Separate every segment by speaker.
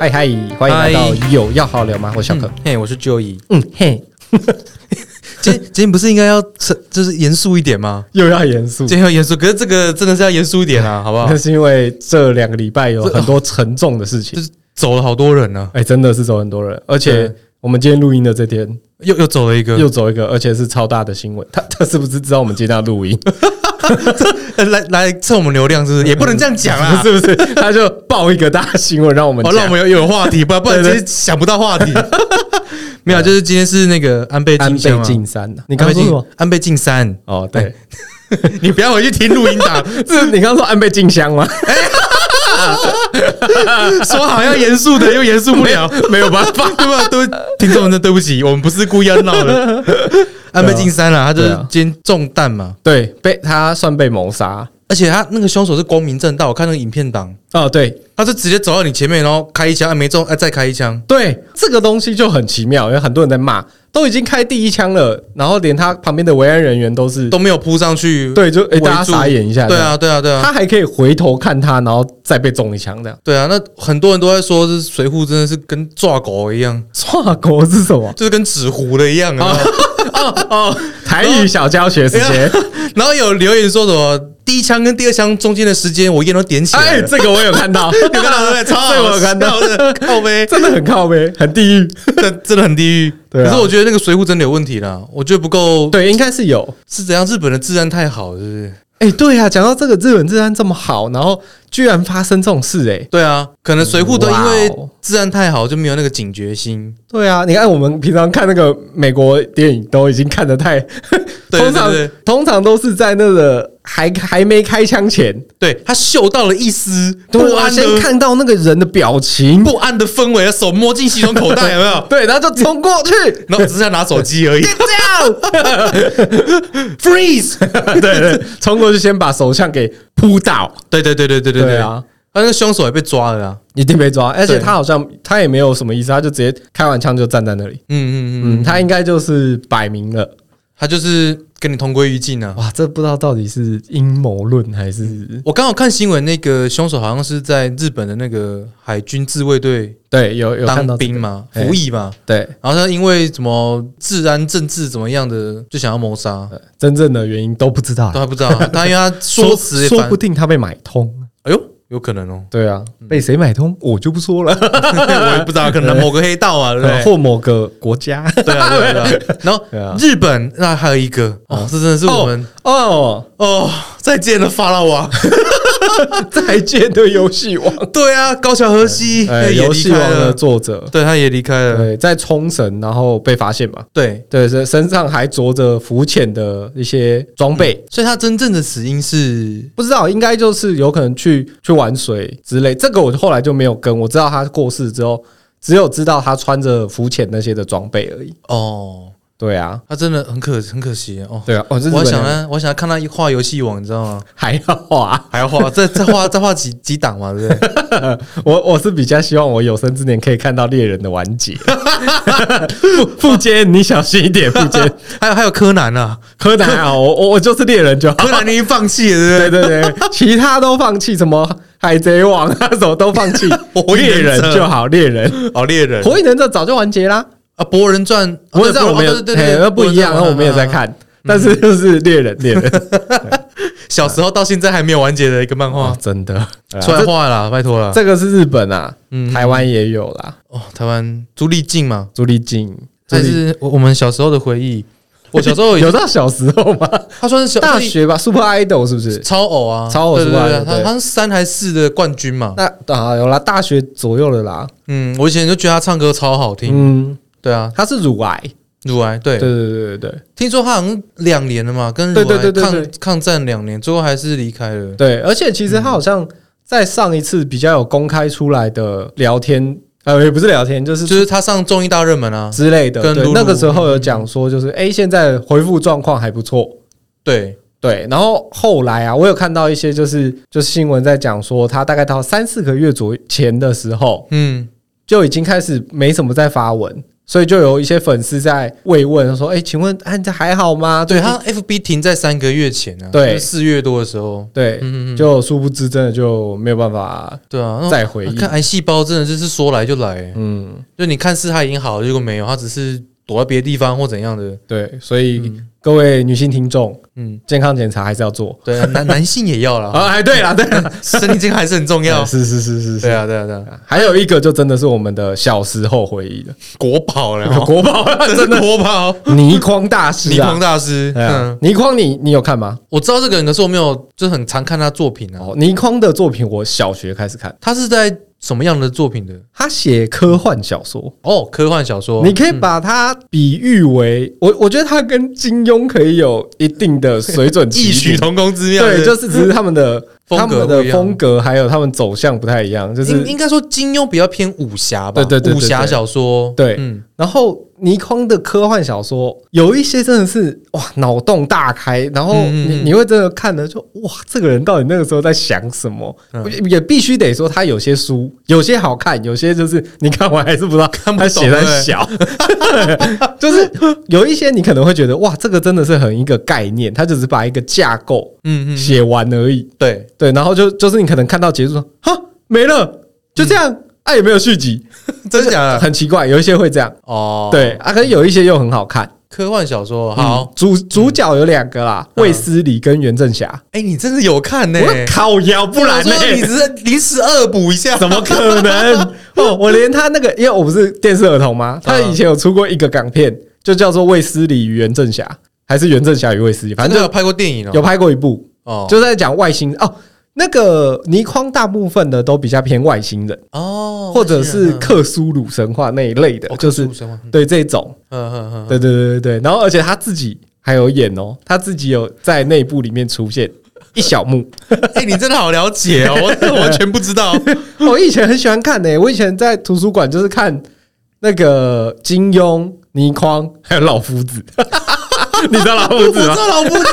Speaker 1: 嗨嗨，欢迎来到
Speaker 2: 嗨
Speaker 1: 有要好好聊吗？我是小可。
Speaker 2: 嘿，我是 Joey。
Speaker 1: 嗯嘿，
Speaker 2: 今 天今天不是应该要沉就是严肃一点吗？
Speaker 1: 又要严肃，
Speaker 2: 今天要严肃，可是这个真的是要严肃一点啊，好不好
Speaker 1: 那？是因为这两个礼拜有很多沉重的事情
Speaker 2: 这。走了好多人啊呢、
Speaker 1: 哎、真的是走很多人，而且
Speaker 2: 对
Speaker 1: 我们今天录音的这天
Speaker 2: 又又走了一个，
Speaker 1: 又走一个，而且是超大的新闻。他他是不是知道我们今天要录 音？
Speaker 2: 呃来来蹭我们流量，是不是？也不能这样讲啦，
Speaker 1: 是不是？他就报一个大新哦闻让我们
Speaker 2: 好
Speaker 1: 讲。
Speaker 2: 让我们有有话题，不然不然
Speaker 1: 对对
Speaker 2: 直接想不到话题。没有，啊就是今天是那个安倍
Speaker 1: 安倍
Speaker 2: 晋三嘛，
Speaker 1: 晋三啊呐、你
Speaker 2: 你
Speaker 1: 刚刚说什么？
Speaker 2: 安倍晋三，
Speaker 1: 哦， 对，
Speaker 2: 你不要回去听录 音档，
Speaker 1: 这你刚刚说安倍晋香吗？
Speaker 2: 说好要严肃的又严肃不了，
Speaker 1: 没有办法，
Speaker 2: 对吧？对，听众们，对不起，我们不是故意要闹的。安倍晋三啦，他就是
Speaker 1: 对啊
Speaker 2: 今天中弹嘛，
Speaker 1: 对，被他算被谋杀。
Speaker 2: 而且他那个凶手是光明正大，我看那个影片档，
Speaker 1: 哦，对
Speaker 2: 他是直接走到你前面，然后开一枪，啊没中，哎、再开一枪，
Speaker 1: 对，这个东西就很奇妙，有很多人在骂，都已经开第一枪了，然后连他旁边的维安人员都是
Speaker 2: 都没有扑上去，
Speaker 1: 对，就哎、
Speaker 2: 围住
Speaker 1: 大家傻眼一下，
Speaker 2: 对啊，对啊，对
Speaker 1: 这样，
Speaker 2: 啊，
Speaker 1: 他还可以回头看他，然后再被中一枪，这样。
Speaker 2: 对啊，那很多人都在说，是水户真的是跟抓狗一样，
Speaker 1: 跨国是什么？
Speaker 2: 啊就是跟纸糊的一样，然
Speaker 1: 啊
Speaker 2: 后
Speaker 1: 哦台语小教学时间，
Speaker 2: 然后有留言说什么第一枪跟第二枪中间的时间，我眼都点起 来
Speaker 1: 哎，
Speaker 2: 了。
Speaker 1: 这个我有看到，
Speaker 2: 有 看到对不对？超好
Speaker 1: 这我有看到，
Speaker 2: 笑的，靠呗，
Speaker 1: 真的很靠背，很地狱。
Speaker 2: 这 真的很地狱。
Speaker 1: 对啊
Speaker 2: 可是我觉得那个水户真的有问题啦，我觉得不够。，
Speaker 1: 对，应该是有。
Speaker 2: 是怎样？日本的治安太好，是不是？
Speaker 1: 哎、对啊，讲到这个日本治安这么好，然后居然发生这种事、哎，
Speaker 2: 对啊，可能水户都因为
Speaker 1: 哇哦
Speaker 2: 治安太好，就没有那个警觉心。
Speaker 1: 对啊，你看我们平常看那个美国电影都已经看得太，
Speaker 2: 对
Speaker 1: 通常
Speaker 2: 对对
Speaker 1: 通常都是在那个还还没开枪前，
Speaker 2: 对他嗅到了一丝
Speaker 1: 对
Speaker 2: 不
Speaker 1: 啊，
Speaker 2: 安的
Speaker 1: 先看到那个人的表情，
Speaker 2: 不安的氛围，手摸进系统 口袋，有没有？
Speaker 1: 对，然后就冲 过去，
Speaker 2: 然后只是在拿手机 而已。Freeze！
Speaker 1: 对对， 冲过去先把手枪给扑倒，
Speaker 2: 对对对对对对
Speaker 1: 对啊，
Speaker 2: 他那个凶手也被抓了啊。
Speaker 1: 一定被抓，而且
Speaker 2: 对
Speaker 1: 他好像他也没有什么意思，他就直接开完枪就站在那里，
Speaker 2: 嗯嗯嗯，
Speaker 1: 嗯，他应该就是摆明了，
Speaker 2: 他就是跟你同归于尽啊。
Speaker 1: 哇，这不知道到底是阴谋论还是
Speaker 2: 我刚好看新闻，那个凶手好像是在日本的那个海军自卫队
Speaker 1: 对，有有看到
Speaker 2: 当
Speaker 1: 这个
Speaker 2: 兵嘛，
Speaker 1: 嘿
Speaker 2: 服役嘛，
Speaker 1: 对，
Speaker 2: 然后他因为什么治安、政治怎么样的，就想要谋杀，
Speaker 1: 真正的原因都不知道
Speaker 2: 都，还 不知道。他因为他说辞也
Speaker 1: 说
Speaker 2: 反
Speaker 1: 不，定他被买通。，
Speaker 2: 哎呦，有可能哦
Speaker 1: 对啊，被谁买通我就不说了，
Speaker 2: 我也不知道，可能某个黑道 啊，对不对？
Speaker 1: 或某个国家。
Speaker 2: 对啊，对 啊对啊。然
Speaker 1: 对啊
Speaker 2: 后日本那还有一个哦，这真的是我们
Speaker 1: 哦，
Speaker 2: 哦，再见了法老王。
Speaker 1: 再见的游戏王，
Speaker 2: 对啊，高桥和希
Speaker 1: 哎，
Speaker 2: 也
Speaker 1: 游
Speaker 2: 离
Speaker 1: 戏
Speaker 2: 开
Speaker 1: 王的
Speaker 2: 了，
Speaker 1: 作者，
Speaker 2: 对，他也离开了，
Speaker 1: 对，在冲绳，然后被发现嘛，
Speaker 2: 对。
Speaker 1: 对，身身上还着着浮潜的一些装备。
Speaker 2: 所以他真正的死因是
Speaker 1: 不知道，应该就是有可能去去玩水之类。这个我后来就没有跟，我知道他过世之后，只有知道他穿着浮潜那些的装备而已。
Speaker 2: 哦，
Speaker 1: 对啊，
Speaker 2: 他真的很可很可惜哦。
Speaker 1: 对啊，哦，这
Speaker 2: 我还
Speaker 1: 日本
Speaker 2: 想
Speaker 1: 人
Speaker 2: 呢，我还想看他画游戏网，你知道吗？
Speaker 1: 还要啊，
Speaker 2: 还要画，再再画再画几几档嘛，对不 对？
Speaker 1: 我我是比较希望我有生之年可以看到猎人的完结。 富富坚，你小心一点，富坚。
Speaker 2: 还有还有柯南啊，
Speaker 1: 柯南啊，我我我就是猎人就好。
Speaker 2: 柯南你已经放弃了，对
Speaker 1: 对
Speaker 2: 不
Speaker 1: 对对，其他都放弃，什么海贼王啊，什么都放弃
Speaker 2: 火，影
Speaker 1: 猎人
Speaker 2: 忍者
Speaker 1: 就好，猎人。
Speaker 2: 对？哦，猎人
Speaker 1: 火影忍者早就完结啦，
Speaker 2: 啊，博人传，
Speaker 1: 我
Speaker 2: 啊
Speaker 1: 也知
Speaker 2: 对
Speaker 1: 道我们有
Speaker 2: 哦对对
Speaker 1: 嘿
Speaker 2: 对，
Speaker 1: 那不一样，然后我们也在。
Speaker 2: 博人传啊啊
Speaker 1: 看，但是就是猎人，猎 人
Speaker 2: 啊小时候到现在还没有完结的一个漫
Speaker 1: 哇
Speaker 2: 画，，
Speaker 1: 真的
Speaker 2: 出来画啦，拜托啦。
Speaker 1: 嗯这个是日本啊，
Speaker 2: 嗯
Speaker 1: 台湾也有啦，
Speaker 2: 哦，台湾朱丽静嘛，
Speaker 1: 朱丽静，朱
Speaker 2: 这
Speaker 1: 丽，
Speaker 2: 是我我们小时候的回忆。我小时 候
Speaker 1: 有到小时候吗？
Speaker 2: 他算是小
Speaker 1: 大学吧，Super Idol 是不是？
Speaker 2: 超偶啊，
Speaker 1: 超偶
Speaker 2: 对对
Speaker 1: 出来
Speaker 2: 对
Speaker 1: 的
Speaker 2: 对，他
Speaker 1: 对
Speaker 2: 他是三还是四的冠军嘛？
Speaker 1: 那啊，有啦，大学左右了啦。
Speaker 2: 嗯，我以前就觉得他唱歌超好听。
Speaker 1: 嗯，
Speaker 2: 对啊，
Speaker 1: 他是乳癌。
Speaker 2: 乳癌对
Speaker 1: 对对对对对
Speaker 2: 听说他好像两年了嘛，跟
Speaker 1: 对
Speaker 2: 乳
Speaker 1: 对对
Speaker 2: 癌
Speaker 1: 对对
Speaker 2: 抗抗战两年，最后还是离开了。
Speaker 1: 对，而且其实他好像在上一次比较有公开出来的聊天，呃，也不是聊天，就是
Speaker 2: 就是他上综艺大热门啊，
Speaker 1: 之类的。
Speaker 2: 跟
Speaker 1: 对，
Speaker 2: 露露嗯
Speaker 1: 那个时候有讲说，就是哎、诶现在恢复状况还不错。
Speaker 2: 对，
Speaker 1: 对，然后后来啊，我有看到一些就是就是新闻在讲说，他大概到三四个月左右前的时候
Speaker 2: 嗯，
Speaker 1: 就已经开始没什么在发文，所以就有一些粉丝在慰问说：“哎、请问安家还好吗？”
Speaker 2: 对
Speaker 1: 最近
Speaker 2: 他 FB 停在三个月前啊，
Speaker 1: 对
Speaker 2: 就是四月多的时候，
Speaker 1: 对，
Speaker 2: 嗯嗯嗯
Speaker 1: 就殊不知真的就没有办法
Speaker 2: 对啊，那
Speaker 1: 再回
Speaker 2: 啊
Speaker 1: 应。
Speaker 2: 看癌细胞真的就是说来就来、
Speaker 1: 嗯，
Speaker 2: 就你看似他已经好了，结果没有，他只是躲在别的地方或怎样的。
Speaker 1: 对，所以
Speaker 2: 嗯
Speaker 1: 各位女性听众，
Speaker 2: 嗯，
Speaker 1: 健康检查还是要做
Speaker 2: 对啊，男男性也要啦，
Speaker 1: 啊。哎，对了，对了，
Speaker 2: 身体健康还是很重要。
Speaker 1: 是是是是
Speaker 2: 对
Speaker 1: 是。
Speaker 2: 啊，对啊，对啊，
Speaker 1: 还有一个就真的是我们的小时候回忆了，
Speaker 2: 国宝了哦，
Speaker 1: 国 宝
Speaker 2: 真的国宝，
Speaker 1: 倪匡大师
Speaker 2: 倪匡
Speaker 1: 啊。
Speaker 2: 大师。
Speaker 1: 哎呀
Speaker 2: 嗯，
Speaker 1: 倪匡，你你有看吗？
Speaker 2: 我知道这个人，可是我没有，就是很常看他作品啊。
Speaker 1: 哦，倪匡的作品我小学开始看，
Speaker 2: 他是在什么样的作品的？
Speaker 1: 他写科幻小说，
Speaker 2: 哦，科幻小说。
Speaker 1: 你可以把它比喻为我，我觉得他跟金庸可以有一定的水 准
Speaker 2: 异
Speaker 1: 齐
Speaker 2: 曲
Speaker 1: 名。
Speaker 2: 同工之妙。
Speaker 1: 对，就是是只是他们的
Speaker 2: 风
Speaker 1: 他
Speaker 2: 格
Speaker 1: 们
Speaker 2: 不
Speaker 1: 的
Speaker 2: 一样
Speaker 1: 风格还有他们走向不太一样，就是
Speaker 2: 应应该说金庸比较偏武侠吧，
Speaker 1: 对对对对
Speaker 2: 武侠
Speaker 1: 对
Speaker 2: 小说。
Speaker 1: 对
Speaker 2: 嗯，
Speaker 1: 然后倪匡的科幻小说有一些真的是哇脑洞大开，然后你
Speaker 2: 嗯嗯嗯
Speaker 1: 你会真的看的就哇这个人到底那个时候在想什么？
Speaker 2: 嗯
Speaker 1: 也必须得说他有些书有些好看，有些就是你看完还是不知道
Speaker 2: 看不
Speaker 1: 他
Speaker 2: 懂
Speaker 1: 写在小， 就是有一些你可能会觉得哇这个真的是很一个概念，他只是把一个架构
Speaker 2: 嗯嗯，
Speaker 1: 写完而已。
Speaker 2: 对，
Speaker 1: 对，然后就就是你可能看到结束说哈没了，就这样，啊也没有续集，
Speaker 2: 嗯真的假的？
Speaker 1: 很奇怪，有一些会这样。
Speaker 2: 哦，
Speaker 1: 对，啊，可是有一些又很好看。
Speaker 2: 科幻小说
Speaker 1: 嗯
Speaker 2: 好。
Speaker 1: 主主角有两个啦，
Speaker 2: 嗯
Speaker 1: 卫斯理跟袁振霞。
Speaker 2: 哎，你真的有看呢？
Speaker 1: 我靠腰，不然呢
Speaker 2: 我？说你只是临时恶补一下，
Speaker 1: 怎么可 能？哦，我连他那个，因为我不是电视儿童
Speaker 2: 嗯
Speaker 1: 吗？他以前有出过一个港片，就叫做《卫斯理与袁振霞》，还是袁振霞与卫斯理，反
Speaker 2: 反
Speaker 1: 正
Speaker 2: 正
Speaker 1: 就
Speaker 2: 有拍过电影哦，
Speaker 1: 有拍过一部，
Speaker 2: 哦，
Speaker 1: 就在讲外星哦。那个倪匡大部分的都比较偏外星人，
Speaker 2: 哦，
Speaker 1: 或者是克苏鲁神话那一类的，就是
Speaker 2: 嗯
Speaker 1: 对这种
Speaker 2: 嗯嗯，
Speaker 1: 对对对对对，然后而且他自己还有演哦，他自己有在内部里面出现一小幕。
Speaker 2: 哎，你真的好了解哦，我真的完全不知道，
Speaker 1: 哦我以前很喜欢看呢、我以前在图书馆就是看那个金庸、倪匡 还有老夫子，你知道老夫
Speaker 2: 我知
Speaker 1: 子吗？
Speaker 2: 道老夫子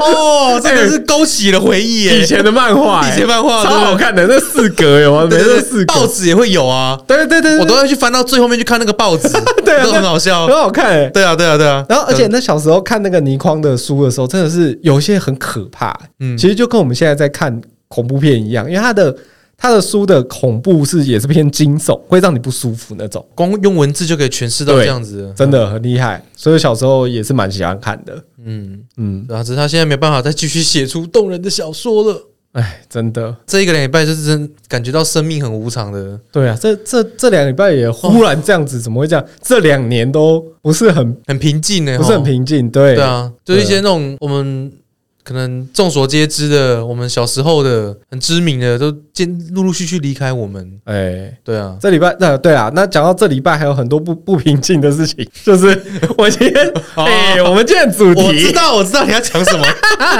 Speaker 2: 哦，真的是勾起了回忆耶，
Speaker 1: 以前的漫画、欸，
Speaker 2: 以前漫画
Speaker 1: 超
Speaker 2: 对
Speaker 1: 好看的，那四格有吗？没
Speaker 2: 对
Speaker 1: 那
Speaker 2: 对
Speaker 1: 四
Speaker 2: 对，
Speaker 1: 格，
Speaker 2: 报纸也会有啊，
Speaker 1: 对对对，
Speaker 2: 我都要去翻到最后面去看那个报纸，
Speaker 1: 对啊
Speaker 2: 都很好笑
Speaker 1: 很，好看哎、
Speaker 2: 对啊对啊对啊，
Speaker 1: 然后，而且那小时候看那个倪匡的书的时候，真的是有一些很可怕、
Speaker 2: 嗯
Speaker 1: 其实就跟我们现在在看恐怖片一样，因为他的他的书的恐怖是也是偏惊悚，会让你不舒服那种，
Speaker 2: 光用文字就可以诠释到
Speaker 1: 对
Speaker 2: 这样子，
Speaker 1: 真的很厉害。所以我小时候也是蛮喜欢看的。
Speaker 2: 嗯，
Speaker 1: 嗯，
Speaker 2: 然后只是他现在没办法再继续写出动人的小说了。
Speaker 1: 哎，真的，
Speaker 2: 这一个礼拜就是真感觉到生命很无常的，
Speaker 1: 对啊，这这这两个礼拜也忽然这样子，怎么会这样？这两年都不是很
Speaker 2: 很平静呢、
Speaker 1: 不是很
Speaker 2: 齁。
Speaker 1: 平静，对
Speaker 2: 哎对，啊，就是一
Speaker 1: 对
Speaker 2: 些那种我们可能众所皆知的，我们小时候的很知名的，都渐陆陆续续离开我们。
Speaker 1: 哎。
Speaker 2: 对啊，
Speaker 1: 这礼拜，那对啊，那讲到这礼拜还有很多不 不平静的事情，就是我今 天，
Speaker 2: 哦
Speaker 1: 哎、我们今天的主题，
Speaker 2: 我知道，我知道你要讲什么。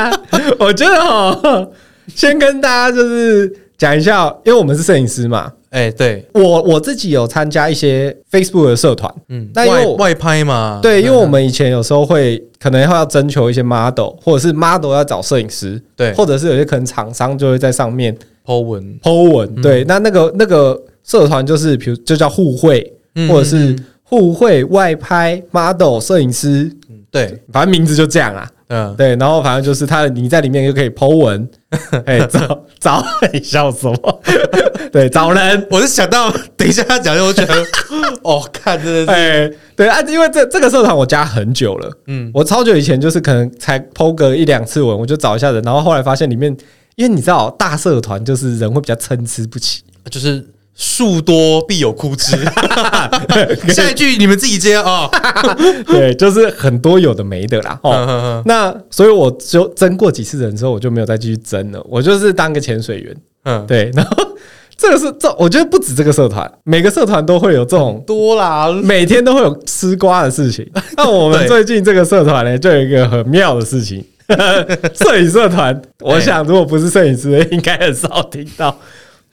Speaker 1: 我觉得哦，先跟大家就是讲一下，因为我们是摄影师嘛，
Speaker 2: 哎，对，
Speaker 1: 我我自己有参加一些 Facebook 的社团，
Speaker 2: 嗯，
Speaker 1: 那因为
Speaker 2: 外
Speaker 1: 我
Speaker 2: 外拍嘛，
Speaker 1: 对，因为我们以前有时候会可能要征求一些 model，或者是 model 要找摄影师，
Speaker 2: 对
Speaker 1: 或者是有些可能厂商就会在上面
Speaker 2: Po 文，
Speaker 1: po
Speaker 2: 嗯
Speaker 1: 文，对，那那个那个社团就是比如就叫互惠，
Speaker 2: 嗯
Speaker 1: 或者是
Speaker 2: 嗯
Speaker 1: 互惠外拍 model 摄影师，
Speaker 2: 嗯对，
Speaker 1: 反正名字就这样啦。啊
Speaker 2: 嗯，
Speaker 1: 对，然后反正就是他，你在里面就可以 Po 文，哎，招招，你笑什么？对，招人，
Speaker 2: 我是想到等一下他讲，我觉 得哦，看真的是，
Speaker 1: 哎，对啊，因为这这个社团我加很久了，
Speaker 2: 嗯，
Speaker 1: 我超久以前就是可能才 Po 个一两次文，我就找一下人，然后后来发现里面，因为你知道大社团就是人会比较参差不齐，
Speaker 2: 就是树多必有枯枝。 下一句你们自己接啊。
Speaker 1: 对，就是很多有的没的啦，哦。
Speaker 2: 嗯嗯嗯
Speaker 1: 那所以我就争过几次人之后，我就没有再继续争了，我就是当个潜水员。
Speaker 2: 嗯，
Speaker 1: 对，然后这个是这，我觉得不止这个社团，每个社团都会有这种，
Speaker 2: 多啦，
Speaker 1: 每天都会有吃瓜的事情。那我们
Speaker 2: 对
Speaker 1: 最近这个社团呢，就有一个很妙的事情， 摄影社团。我想，如果不是摄影师，应该很少听到。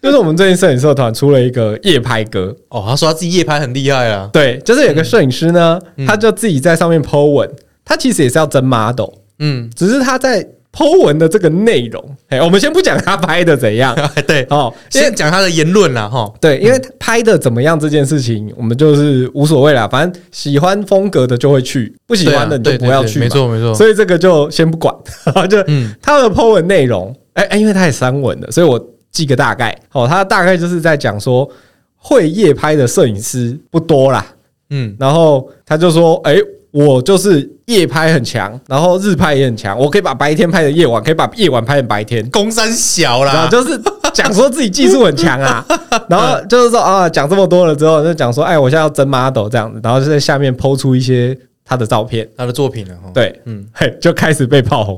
Speaker 1: 就是我们最近摄影社团出了一个夜拍歌，
Speaker 2: 哦，他说他自己夜拍很厉害啊。
Speaker 1: 对，就是有个摄影师呢，
Speaker 2: 嗯
Speaker 1: 他就自己在上面 Po 文，他其实也是要真 model，
Speaker 2: 嗯，
Speaker 1: 哦只是他在 Po 文的这个内容，哎，我们先不讲他拍的怎 样
Speaker 2: 对，
Speaker 1: 哦，因为
Speaker 2: 先讲他的言论啦，哈，
Speaker 1: 对，因为他拍的怎么样这件事情，我们就是无所谓啦，反正喜欢风格的就会去，不喜欢的你
Speaker 2: 对
Speaker 1: 就
Speaker 2: 啊
Speaker 1: 不要去
Speaker 2: 对对对没
Speaker 1: 嘛。
Speaker 2: 错没错，
Speaker 1: 所以这个就先不管， 就
Speaker 2: 嗯
Speaker 1: 他的 po 文内容，哎、哎，因为他也删文了，所以我记个大概。哦，他大概就是在讲说，会夜拍的摄影师不多啦。
Speaker 2: 嗯，
Speaker 1: 然后他就说，哎、我就是夜拍很强，然后日拍也很强，我可以把白天拍的夜晚，可以把夜晚拍成白天。
Speaker 2: 公山小
Speaker 1: 然后
Speaker 2: 啦，
Speaker 1: 就是讲说自己技术很强啊，然后就是说啊，讲这么多了之后，就讲说，哎，我现在要争 model 这样子，然后就在下面抛出一些他的照片，
Speaker 2: 他的作品了哈，
Speaker 1: 对，
Speaker 2: 嗯，
Speaker 1: 嘿，就开始被炮轰，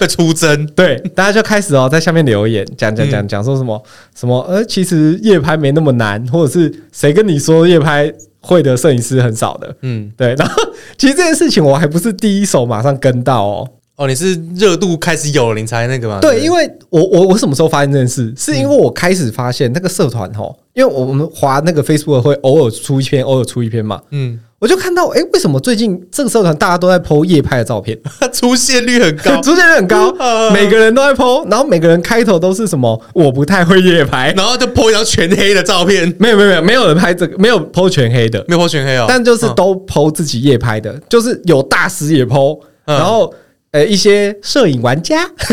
Speaker 2: 被出征，
Speaker 1: 对，嗯大家就开始哦，在下面留言，讲讲讲讲说什么什么，呃，其实夜拍没那么难，或者是谁跟你说夜拍会的摄影师很少的，
Speaker 2: 嗯，
Speaker 1: 对， 然后其实这件事情我还不是第一手马上跟到哦，
Speaker 2: 哦，你是热度开始有了，你才那个嘛，
Speaker 1: 啊对，嗯因
Speaker 2: 为
Speaker 1: 为我我我什么时候发现这件事？是因为我开始发现那个社团吼，因为我们划那个 Facebook 会偶尔出一篇，偶尔出一篇嘛，
Speaker 2: 嗯，
Speaker 1: 我就看到诶，为什么最近这个社团大家都在 PO 夜拍的照片，，
Speaker 2: 他出现率很高
Speaker 1: 出现率很高，
Speaker 2: 嗯
Speaker 1: 每个人都在 PO，然后每个人开头都是什么我不太会夜 拍，
Speaker 2: 然后就 po 一张全黑的照片，
Speaker 1: 没有没有没有没有人拍这个，没有 PO 全黑的，
Speaker 2: 没有 po 全黑哦，
Speaker 1: 但就是
Speaker 2: 嗯
Speaker 1: 都 PO 自己夜拍的，就是有大师也 PO，
Speaker 2: 嗯
Speaker 1: 然后呃一些摄影玩家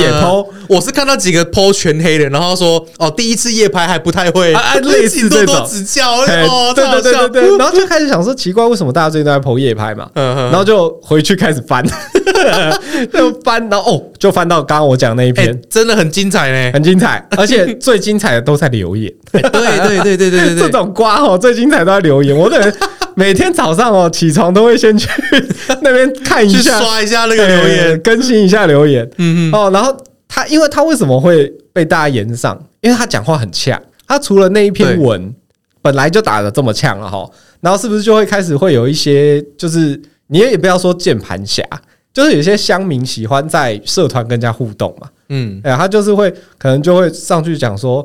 Speaker 1: 也 PO。
Speaker 2: 我是看到几个 PO 全黑的，然后说哦，第一次夜拍还不太会，
Speaker 1: 啊啊类似
Speaker 2: 请多
Speaker 1: 这
Speaker 2: 多
Speaker 1: 种
Speaker 2: 指教
Speaker 1: 哎
Speaker 2: 哦，
Speaker 1: 对
Speaker 2: 太好
Speaker 1: 对
Speaker 2: 笑
Speaker 1: 对对对，然后就开始想说奇怪，为什么大家最近都在剖夜拍嘛？
Speaker 2: 嗯嗯
Speaker 1: 然后就回去开始 翻，就翻，然后哦，就翻到刚刚我讲那一
Speaker 2: 哎
Speaker 1: 篇，，
Speaker 2: 真的很精彩呢，
Speaker 1: 很精彩，而且最精彩的都在留 言，
Speaker 2: 哎对对对对 对
Speaker 1: 这
Speaker 2: 对对，
Speaker 1: 种瓜哦，最精彩都在留言，我可能每天早上哦起床都会先去那边看一
Speaker 2: 去
Speaker 1: 下
Speaker 2: 刷一下那个留
Speaker 1: 哎
Speaker 2: 言，
Speaker 1: 更新一下留言
Speaker 2: 嗯嗯，
Speaker 1: 哦，然后他，因为他为什么会被大家延上？因为他讲话很呛，他除了那一篇
Speaker 2: 对
Speaker 1: 文本来就打的这么呛了哈，然后是不是就会开始会有一些，就是你也不要说键盘侠，就是有些乡民喜欢在社团跟人家互动嘛，
Speaker 2: 嗯，
Speaker 1: 哎呀，他就是会可能就会上去讲说。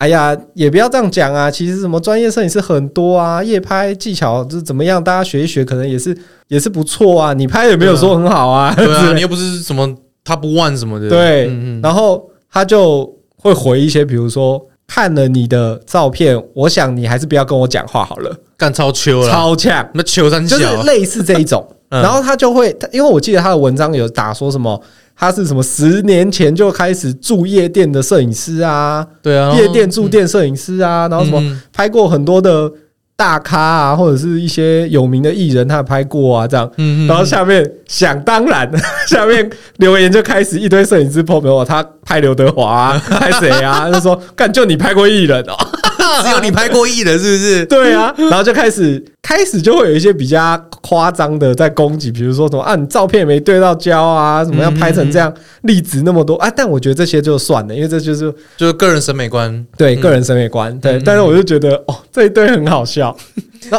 Speaker 1: 哎呀，也不要这样讲啊！其实什么专业摄影师很多啊，夜拍技巧就是怎么样，大家学一学，可能也是也是不错啊。你拍也没有说很好啊，
Speaker 2: 对
Speaker 1: 之类
Speaker 2: 啊，
Speaker 1: 的
Speaker 2: 你又不是什么 Top One 什么的，
Speaker 1: 对，
Speaker 2: 嗯嗯，
Speaker 1: 然后他就会回一些，比如说看了你的照片，我想你还是不要跟我讲话好了，
Speaker 2: 干超秋了，
Speaker 1: 超呛，
Speaker 2: 那秋三
Speaker 1: 就是
Speaker 2: 啊小，啊
Speaker 1: 类似这一种。
Speaker 2: 嗯
Speaker 1: 然后他就会，他因为我记得他的文章有打说什么，他是什么十年前就开始住夜店的摄影师啊，
Speaker 2: 对啊，
Speaker 1: 夜店驻店摄影师啊，然后什么
Speaker 2: 嗯
Speaker 1: 拍过很多的大咖啊，或者是一些有名的艺人，他拍过啊，这样。
Speaker 2: 嗯嗯，
Speaker 1: 然后下面想当然， 下面留言就开始一堆摄影师 po 朋友，他拍刘德华、啊， 拍谁啊？就说干就你拍过艺人哦，
Speaker 2: 只有你拍过艺人是不是？
Speaker 1: 对啊，然后就开始开始就会有一些比较夸张的在攻击，比如说什么啊，你照片也没对到焦啊，什么
Speaker 2: 嗯
Speaker 1: 要拍成这样，例子那么多啊。但我觉得这些就算了，因为这就是
Speaker 2: 就是个人审美观，
Speaker 1: 对个人审美观。对，
Speaker 2: 嗯
Speaker 1: 但是我就觉得哦，这一堆很好笑，
Speaker 2: 然